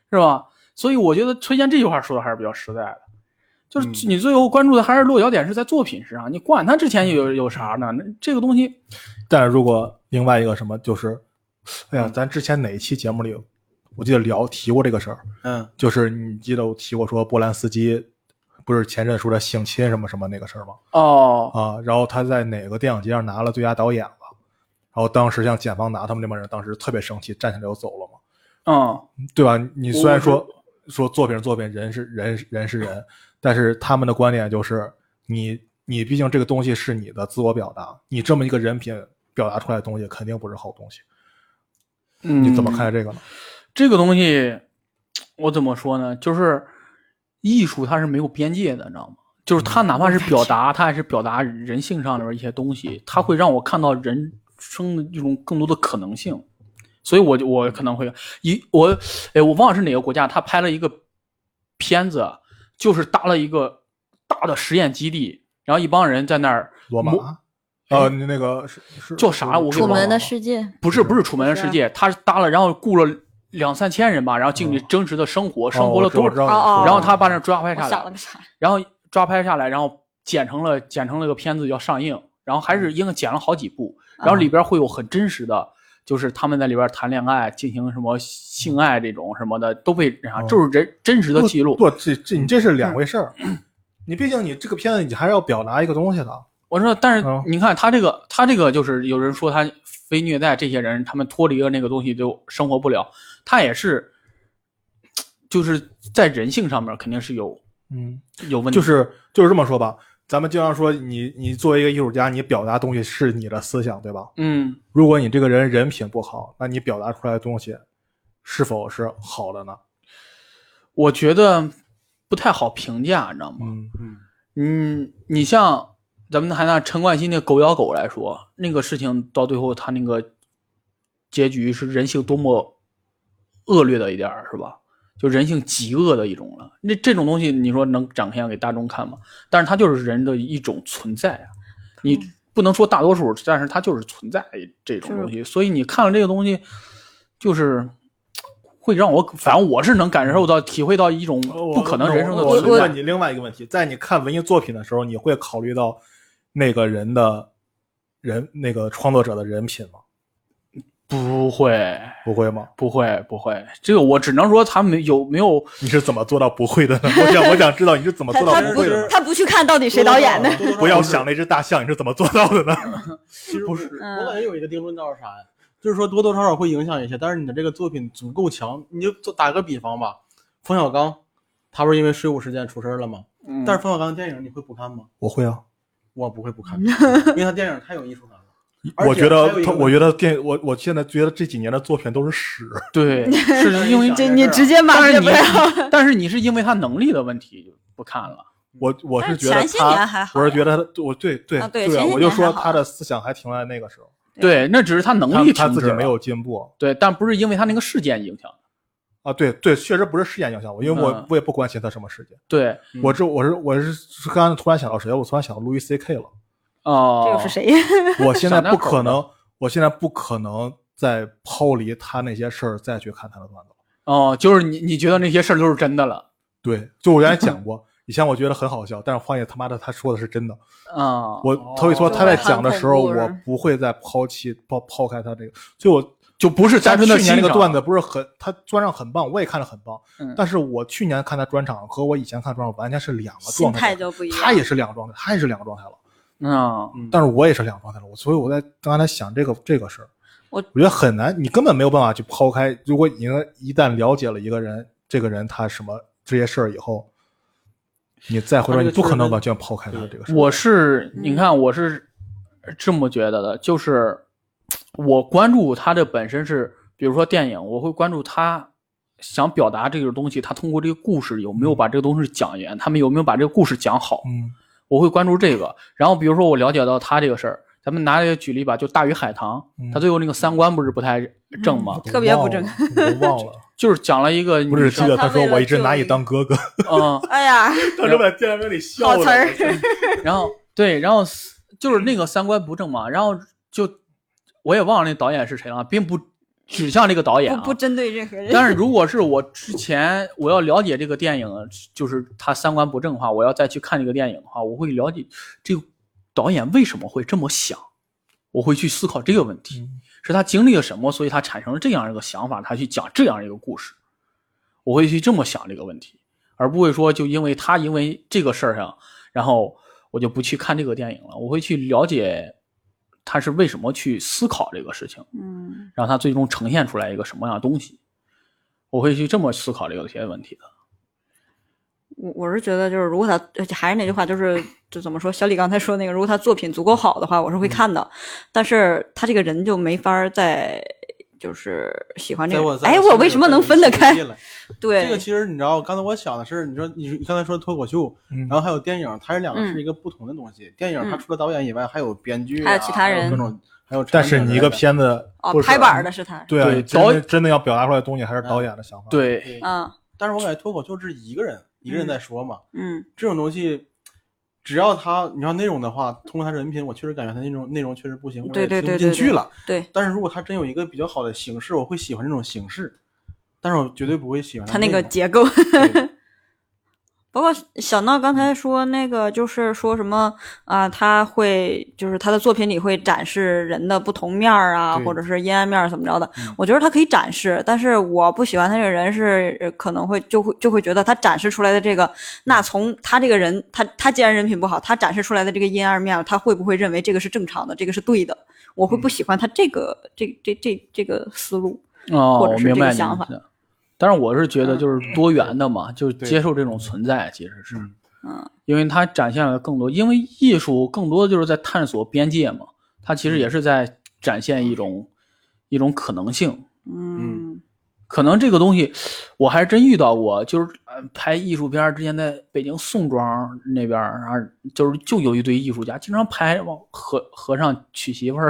Speaker 1: 是吧？所以我觉得崔健这句话说的还是比较实在的，就是
Speaker 4: 嗯
Speaker 1: 你最后关注的还是落脚点是在作品身上，你管他之前有有啥呢？那这个东西，
Speaker 2: [LAUGHS] 但是如果另外一个什么，就是，哎呀，咱之前哪一期节目里，我记得聊提过这个事儿，
Speaker 4: 嗯
Speaker 2: 就是你记得我提过说波兰斯基不是前阵说的性侵什么什么那个事儿吗？
Speaker 1: 哦，
Speaker 2: 啊，然后他在哪个电影节上拿了最佳导演了，然后当时像检方拿他们那帮人，当时特别生气，站起来就走了嘛。
Speaker 1: 嗯，
Speaker 2: 对吧？你虽然说说作品是作品，人是人是人是人，但是他们的观点就是你你毕竟这个东西是你的自我表达，你这么一个人品表达出来的东西肯定不是好东西。
Speaker 1: 嗯
Speaker 2: 你怎么看待这个呢？
Speaker 1: 这个东西？我怎么说呢？就是艺术它是没有边界的，你知道吗？就是
Speaker 2: 嗯
Speaker 1: 它哪怕是表达，它还是表达人性上面一些东西，它会让我看到人生的一种更多的可能性。所以我就我可能会一我哎，我忘了是哪个国家，他拍了一个片子，就是搭了一个大的实验基地，然后一帮人在那儿
Speaker 2: 罗马
Speaker 1: 模
Speaker 2: 呃，你那个是是
Speaker 1: 叫啥我给
Speaker 2: 是
Speaker 3: 楚
Speaker 1: 忘了
Speaker 3: 门的
Speaker 2: 是
Speaker 3: 世界，
Speaker 1: 不是不是《楚门的世界》，他是搭了，然后雇了两三千人吧，然后进去真实的生活，生活了多
Speaker 2: 哦我知
Speaker 1: 少，
Speaker 2: 道
Speaker 3: 哦哦
Speaker 1: 然后他把那抓拍
Speaker 3: 我
Speaker 1: 下
Speaker 3: 想了
Speaker 1: 来，
Speaker 3: 个啥？
Speaker 1: 然后抓拍下来，然后剪成了剪成了个片子要上映，然后还是应该剪了好几部，
Speaker 3: 嗯
Speaker 1: 然后里边会有很真实的。就是他们在里边谈恋爱，进行什么性爱这种什么的都被啥，
Speaker 2: 哦
Speaker 1: 就是人真实的记录。嗯
Speaker 2: 不，这这你这是两回事儿。你毕竟你这个片子，你还是要表达一个东西的。
Speaker 1: 我说，但是
Speaker 2: 嗯
Speaker 1: 你看他这个，他这个就是有人说他非虐待这些人，他们脱离了那个东西就生活不了。他也是，就是在人性上面肯定是有
Speaker 2: 嗯，
Speaker 1: 有问题，
Speaker 2: 就是就是这么说吧。咱们经常说你，你作为一个艺术家，你表达东西是你的思想，对吧？
Speaker 1: 嗯，
Speaker 2: 如果你这个人人品不好，那你表达出来的东西是否是好的呢？
Speaker 1: 我觉得不太好评价，你知道吗？
Speaker 2: 嗯
Speaker 4: 嗯，
Speaker 1: 嗯，你像咱们还拿陈冠希那狗咬狗来说，那个事情到最后他那个结局是人性多么恶劣的一点儿，是吧？就人性极恶的一种了。那这种东西，你说能展现给大众看吗？但是它就是人的一种存在啊，你不能说大多数，但是它就是存在这种东西。所以你看了这个东西，就是会让我，反正我是能感受到、体会到一种不可能人生的啊
Speaker 2: 我
Speaker 1: 存
Speaker 2: 嗯我
Speaker 1: 在
Speaker 2: 问。你另外一个问题，在你看文艺作品的时候，你会考虑到那个人的人那个创作者的人品吗？
Speaker 1: 不会，
Speaker 2: 不会吗？
Speaker 1: 不会，不会，这个我只能说他们有没有
Speaker 2: 你是怎么做到不会的呢？我想我想知道你是怎么
Speaker 3: 他
Speaker 2: 哦做到
Speaker 3: 他
Speaker 2: 不
Speaker 3: 不
Speaker 2: 会的
Speaker 4: 是
Speaker 2: 呢。
Speaker 3: 他不去看到底谁导演的？
Speaker 4: 多多少少
Speaker 2: 不要想那只大象，你是怎么做到的呢？
Speaker 4: 其实不是，
Speaker 3: 嗯
Speaker 4: 我感觉有一个定论到是啥呀？就是说多多少少会影响一些，但是你的这个作品足够强，你就做打个比方吧，冯小刚，他不是因为税务事件出事儿了吗？
Speaker 2: 嗯
Speaker 4: 但是冯小刚的电影你会不看吗？
Speaker 2: 我会啊，
Speaker 4: 我不会
Speaker 3: [LAUGHS]
Speaker 4: 不看，因为他电影太有艺术感了。而
Speaker 2: 嗯
Speaker 4: 且
Speaker 2: 我觉
Speaker 4: 还有
Speaker 2: 得
Speaker 4: 一
Speaker 2: 他，
Speaker 4: 个
Speaker 2: 我觉得电，我我现在觉得这几年的作品都是屎。
Speaker 4: 嗯
Speaker 2: [LAUGHS]
Speaker 1: 对，是因为
Speaker 4: 想
Speaker 3: 这
Speaker 4: 这
Speaker 3: 你
Speaker 4: 事儿
Speaker 3: 直接
Speaker 1: [LAUGHS] 但
Speaker 3: 骂
Speaker 1: 是
Speaker 3: 也
Speaker 1: 你
Speaker 3: 不要。
Speaker 1: 但是你是因为他能力的问题就不看了。
Speaker 2: 我我
Speaker 3: 但
Speaker 2: 是
Speaker 3: 是
Speaker 2: 觉得
Speaker 3: 前些年还
Speaker 2: 他，
Speaker 3: 好
Speaker 2: 我是觉得他，我对对
Speaker 3: 啊对
Speaker 2: 对
Speaker 3: 前
Speaker 2: 啊，
Speaker 3: 些
Speaker 2: 我就
Speaker 3: 年还
Speaker 2: 说
Speaker 3: 好
Speaker 2: 他的思想还停留在那个时候，
Speaker 1: 对，那只是他能
Speaker 2: 他
Speaker 1: 力
Speaker 2: 他
Speaker 1: 停啊
Speaker 2: 自
Speaker 1: 滞
Speaker 2: 己没
Speaker 1: 了
Speaker 2: 有进步
Speaker 1: 对，但不是因为他那个事件影响。
Speaker 2: 啊。对对，确实不是事件影响我，因为我
Speaker 1: 嗯
Speaker 2: 我也不关心他什么事件。
Speaker 1: 对，
Speaker 4: 嗯
Speaker 2: 我这我是我是是刚才突然想到谁，我突然想到路易 C K 了。
Speaker 1: 哦、
Speaker 3: 这又是谁？
Speaker 2: 我现在
Speaker 1: 小两
Speaker 2: 不
Speaker 1: 口
Speaker 2: 可
Speaker 1: 呢
Speaker 2: 能，我现在不可能再抛离他那些事儿再去看他的段子了。
Speaker 1: 哦，就是你，你觉得那些事儿都是真的了？
Speaker 2: 对，就我原来讲过，以前我觉得很好笑，但是发现他妈的他说的是真的。
Speaker 1: 啊、
Speaker 2: 我所以说
Speaker 4: 哦
Speaker 2: 他在讲的时候，
Speaker 3: 就会
Speaker 2: 我
Speaker 3: 很恐怖是吧
Speaker 2: 不会再抛弃抛抛开他这个，所以我
Speaker 1: 就不是单纯的
Speaker 2: 去年
Speaker 1: 欣
Speaker 2: 那个
Speaker 1: 赏
Speaker 2: 段
Speaker 3: 啊
Speaker 2: 子不是很，他专场很棒，我也看了很棒，
Speaker 1: 嗯
Speaker 2: 但是我去年看他专场和我以前看专场完全是两个
Speaker 3: 心
Speaker 2: 状
Speaker 3: 态
Speaker 2: 态，
Speaker 3: 就不一样。
Speaker 2: 他也是两个状态，他也是两个状态了，
Speaker 1: 嗯，
Speaker 2: 但是我也是两个状态了，我所以我在刚才想这个这个事儿，
Speaker 3: 我
Speaker 2: 我觉得很难，你根本没有办法去抛开，如果你一旦了解了一个人，这个人他什么这些事儿以后。你再回来，
Speaker 4: 他
Speaker 2: 你
Speaker 4: 这个
Speaker 2: 不可
Speaker 4: 确实
Speaker 2: 能
Speaker 4: 跟
Speaker 2: 完全抛开他这个事儿。
Speaker 1: 我是嗯你看，我是这么觉得的，就是我关注他的本身是，比如说电影，我会关注他想表达这个东西，他通过这个故事有没有把这个东西讲圆，他们有没有把这个故事讲好，
Speaker 2: 嗯
Speaker 1: 我会关注这个。然后比如说我了解到他这个事儿，咱们拿这个举例吧，就《大鱼海棠》
Speaker 2: 嗯，
Speaker 1: 他最后那个三观不是不太正吗？
Speaker 3: 特别不正
Speaker 2: 我忘了，
Speaker 1: 嗯
Speaker 3: [LAUGHS]
Speaker 1: 就是讲了一个女
Speaker 2: 我只记
Speaker 1: [LAUGHS] 生
Speaker 2: 得他说我一直拿你当哥哥，
Speaker 1: 嗯，
Speaker 3: 哎呀，
Speaker 2: 当时在电影院里笑
Speaker 3: 好
Speaker 2: 了
Speaker 3: 词儿。
Speaker 1: 然后对，然后就是那个三观不正嘛，然后就我也忘了那导演是谁了，并不指向这个导演、啊
Speaker 3: [LAUGHS] 不不针对任何人。
Speaker 1: 但是如果是我之前我要了解这个电影，就是他三观不正的话，我要再去看这个电影的话，我会了解这个导演为什么会这么想，我会去思考这个问题，是他经历了什么，所以他产生了这样一个想法，他去讲这样一个故事，我会去这么想这个问题，而不会说就因为他因为这个事儿上，然后我就不去看这个电影了，我会去了解他是为什么去思考这个事情。
Speaker 3: 嗯，
Speaker 1: 让它最终呈现出来一个什么样的东西。我会去这么思考这个些问题的。
Speaker 3: 啊我我是觉得就是如果他呃还是那句话，就是就怎么说，小李刚才说那个，如果
Speaker 4: 嗯
Speaker 3: 他作品足够好的话，我是会看的。但是他这个人就没法儿再就是喜欢这
Speaker 4: 在
Speaker 3: 个
Speaker 4: 我
Speaker 3: 人。哎，我为什么能分得开？对，
Speaker 4: 这个其实你知道，刚才我想的是，你说你你刚才说脱口秀，
Speaker 2: [LAUGHS] 嗯
Speaker 4: 然后还有电影，它是两个
Speaker 3: 嗯
Speaker 4: 是一个不同的东西。电影它
Speaker 3: 嗯
Speaker 4: 除了导演以外，还有编剧啊，
Speaker 3: 还有其他人
Speaker 4: 还有各种，还有
Speaker 2: 但
Speaker 4: 产品
Speaker 2: 是
Speaker 4: 之类的。
Speaker 2: 你一个片子
Speaker 3: 哦，
Speaker 2: 不是
Speaker 3: 拍板儿的是他，
Speaker 2: 对啊
Speaker 1: 对
Speaker 2: 真
Speaker 1: 导
Speaker 2: 的真的要表达出来的东西还是导演的想法。，
Speaker 1: 对，
Speaker 4: 对，
Speaker 3: 嗯
Speaker 4: 但是我感觉脱口秀是一个人一个人在说嘛，
Speaker 3: 嗯
Speaker 4: 这种东西。只要他，你要内容的话，通过他人品，我确实感觉他内容内容确实不行，我
Speaker 3: 对
Speaker 4: 也
Speaker 3: 对
Speaker 4: 听不
Speaker 3: 对
Speaker 4: 进
Speaker 3: 对
Speaker 4: 去了。啊
Speaker 3: 对，
Speaker 4: 但是如果他真有一个比较好的形式，我会喜欢这种形式，但是我绝对不会喜欢
Speaker 3: 他
Speaker 4: 内
Speaker 3: 那个
Speaker 4: 容
Speaker 3: 结构。
Speaker 4: 对
Speaker 3: 包括小闹刚才说那个，就是说什么啊、他会就是他的作品里会展示人的不同面儿啊，
Speaker 4: 对
Speaker 3: 或者是阴暗面儿怎么着的。
Speaker 2: 嗯
Speaker 3: 我觉得他可以展示，但是我不喜欢他这个人是呃可能会就会就会觉得他展示出来的这个，那从他这个人，他他既然人品不好，他展示出来的这个阴暗面儿，他会不会认为这个是正常的，这个是对的？我会不
Speaker 2: 嗯
Speaker 3: 喜欢他这个、这这这这个思路。
Speaker 1: 哦，
Speaker 3: 或
Speaker 1: 我
Speaker 3: 者是
Speaker 1: 明
Speaker 3: 这个
Speaker 1: 白你
Speaker 3: 想
Speaker 1: 的
Speaker 3: 法嗯
Speaker 1: 意思。但是我是觉得就是多元的嘛，就是
Speaker 4: 对
Speaker 1: 接受这种存在，其实是，
Speaker 3: 嗯，
Speaker 1: 因为它展现了更多，因为艺术更多的就是在探索边界嘛，它其
Speaker 3: 嗯
Speaker 1: 实也是在展现一种一种可能性。
Speaker 3: 嗯
Speaker 1: 可能这个东西，我还真遇到过，就是呃拍艺术片儿，之前在北京宋庄那边儿，然后就是就有一堆艺术家，经常拍往和和尚娶媳妇儿，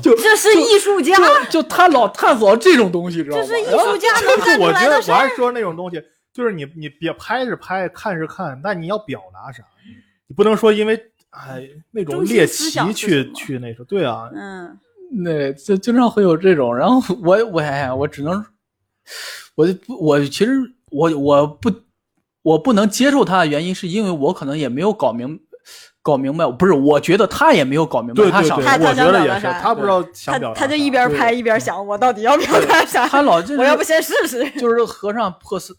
Speaker 1: [LAUGHS]
Speaker 3: [LAUGHS] 这是艺术家，
Speaker 1: 就他老探索这种东西，知道吗？
Speaker 3: 这是艺术家能
Speaker 2: [LAUGHS] 就是
Speaker 3: 干出
Speaker 2: 我
Speaker 3: 来
Speaker 2: 觉得
Speaker 3: 的事
Speaker 2: 我
Speaker 3: 儿。
Speaker 2: 还说那种东西，就是你你别拍是拍，看是看，但你要表达啥，你不能说因为哎那种
Speaker 3: 中心
Speaker 2: 猎
Speaker 3: 思想
Speaker 2: 奇
Speaker 3: 是什
Speaker 2: 去
Speaker 3: 么
Speaker 2: 去那种，对啊，
Speaker 3: 嗯。
Speaker 1: 那就经常会有这种，然后我我哎呀，我只能，我就不我其实我我不我不能接受他的原因，是因为我可能也没有搞明搞明白，不是，我觉得他也没有搞明白
Speaker 2: 对
Speaker 1: 他
Speaker 2: 对
Speaker 1: 想
Speaker 2: 对，
Speaker 3: 他
Speaker 2: 我
Speaker 3: 他
Speaker 2: 觉
Speaker 3: 想
Speaker 2: 得
Speaker 3: 表
Speaker 2: 也
Speaker 3: 达
Speaker 2: 是，
Speaker 3: 啥
Speaker 2: 他不知道想
Speaker 3: 他
Speaker 2: 表达啥，嗯
Speaker 3: 他就一边拍一边想，我到底要表达
Speaker 1: [LAUGHS]
Speaker 3: 啥？
Speaker 1: 他老就是
Speaker 3: 我要不先试试？
Speaker 1: [LAUGHS] 就是和尚破四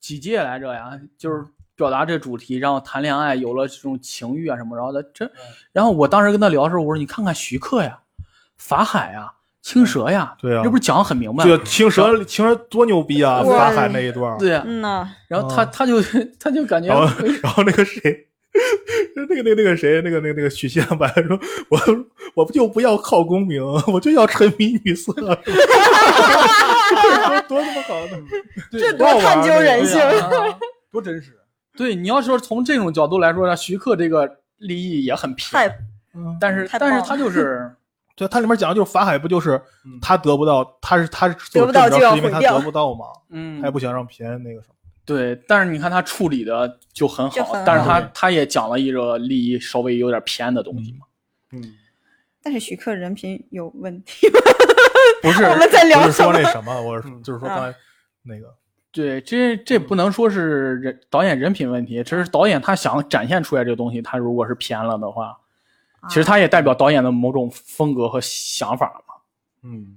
Speaker 1: 几戒来着呀，就是
Speaker 2: 嗯
Speaker 1: 表达这主题，然后谈恋爱有了这种情欲啊什么，然后他
Speaker 2: 嗯
Speaker 1: 这，然后我当时跟他聊的时候，我说你看看徐克呀、法海呀、青蛇呀，
Speaker 2: 对啊
Speaker 1: 这不是讲得很明白吗
Speaker 2: 对啊，青蛇青蛇多牛逼啊！法
Speaker 3: 哇
Speaker 2: 海那一段儿，
Speaker 1: 对呀、
Speaker 3: [LAUGHS] 嗯呐，
Speaker 1: 然后他、他就他就感觉
Speaker 2: 然后然后那个谁。那个、那个、那个谁，那个、那个、那个许仙白说：“我我不就不要靠功名，我就要沉迷女色。” [LAUGHS] 多他妈搞的！
Speaker 3: 这多探究人性！ [LAUGHS]
Speaker 1: 啊
Speaker 4: 嗯多真实。
Speaker 1: 对你要说从这种角度来说，徐克这个立意也很平，
Speaker 3: 太
Speaker 2: 嗯
Speaker 1: 但是
Speaker 3: 太棒
Speaker 1: 但
Speaker 3: 了
Speaker 1: 是他
Speaker 3: [LAUGHS]
Speaker 1: 就是
Speaker 2: 对，它里面讲的就是法海不就是
Speaker 4: 嗯
Speaker 2: 他得不到，他是他是做
Speaker 3: 得不到
Speaker 2: 这
Speaker 3: 就
Speaker 2: 招
Speaker 3: 要
Speaker 2: 是因为
Speaker 3: 毁
Speaker 2: 他
Speaker 3: 掉
Speaker 2: 得不到嘛，
Speaker 1: 嗯
Speaker 2: 他也不想让别人那个什么。
Speaker 1: 对，但是你看他处理的就很
Speaker 3: 就
Speaker 1: 好，
Speaker 3: 很好
Speaker 1: 但是他
Speaker 2: 对
Speaker 1: 他也讲了一个利益稍微有点偏的东西嘛。
Speaker 4: 嗯，
Speaker 3: 但是徐克人品有问 [LAUGHS] 题。
Speaker 2: [LAUGHS] 不是，
Speaker 3: 我们在聊
Speaker 2: 不是说
Speaker 3: 什么
Speaker 2: 那什么，我是
Speaker 4: 嗯
Speaker 2: 就是说
Speaker 3: 啊
Speaker 2: 刚才那 [LAUGHS] 个，
Speaker 1: 对，这这不能说是人导演人品问题，只是导演他想展现出来这个东西，他如果是偏了的话，其实他也
Speaker 3: 啊
Speaker 1: 代表导演的某种风格和想法嘛。
Speaker 4: 嗯，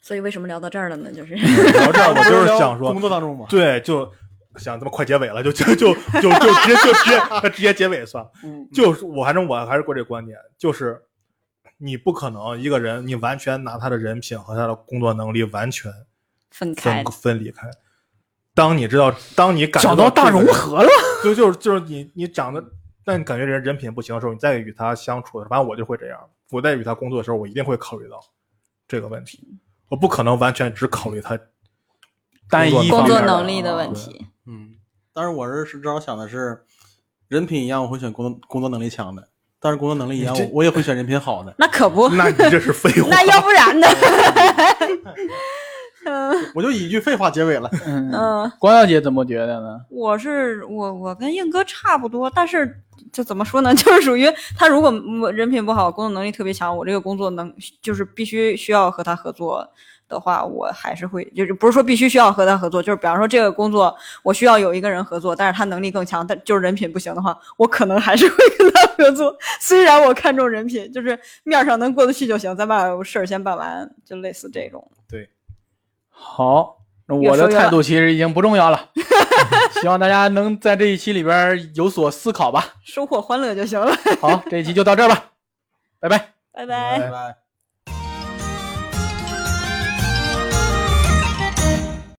Speaker 3: 所以为什么聊到这儿了呢？就是
Speaker 2: 然后这样我就是想
Speaker 4: 工
Speaker 2: 说，
Speaker 4: 作当中嘛，
Speaker 2: 对，就想这么快结尾了，就就就就就直接就直接那直接结尾算了。
Speaker 1: 嗯，
Speaker 2: 就是我反正我还是过这个观点，就是你不可能一个人你完全拿他的人品和他的工作能力完全
Speaker 3: [LAUGHS] 分开
Speaker 2: 分，分离开。当你知道，当你感觉
Speaker 1: 讲到
Speaker 2: 这
Speaker 1: 大
Speaker 2: 个
Speaker 1: 融
Speaker 2: 人
Speaker 1: 合了，
Speaker 2: 就就是就是你你长得，但你感觉人人品不行的时候，你再与他相处的时候，反正我就会这样。我在与他工作的时候，我一定会考虑到这个问题，
Speaker 3: 嗯
Speaker 2: 我不可能完全只考虑他
Speaker 1: [LAUGHS] 单一
Speaker 3: 工
Speaker 1: 方
Speaker 3: 作
Speaker 1: 面的
Speaker 3: 能力的
Speaker 1: 啊
Speaker 3: 问题。
Speaker 4: 嗯，但是我是是正好想的是，人品一样，我会选工作工作能力强的，但是工作能力一样
Speaker 2: 你这，
Speaker 4: 我也会选人品好的。
Speaker 3: 那可不，
Speaker 2: 那你
Speaker 3: [LAUGHS]
Speaker 2: 这是废话。
Speaker 3: 那要不然呢？
Speaker 4: [LAUGHS] 我就以一句废话结尾了。
Speaker 1: 嗯，
Speaker 3: 嗯，
Speaker 1: 光耀姐怎么觉得呢？
Speaker 3: 我是我我跟硬哥差不多，但是这怎么说呢？ [LAUGHS] 就是属于他如果嗯人品不好，工作能力特别强，我这个工作能就是必须需要和他合作的话，我还是会就是不是说必须需要和他合作，就是比方说这个工作我需要有一个人合作，但是他能力更强，但就是人品不行的话，我可能还是会跟他合作。虽然我看重人品，就是面儿上能过得去就行，咱把事儿先办完，就类似这种。
Speaker 1: 好，那
Speaker 3: 越
Speaker 1: 我的
Speaker 3: 说越
Speaker 1: 态度其实已经不重要
Speaker 3: [LAUGHS]
Speaker 1: 了，希望大家能在这一期里边有所思考吧。
Speaker 3: 收获欢乐就行了， [LAUGHS]
Speaker 1: 好，这一期就到这儿吧，拜拜。
Speaker 3: 拜
Speaker 2: 拜
Speaker 3: 拜。
Speaker 4: 拜。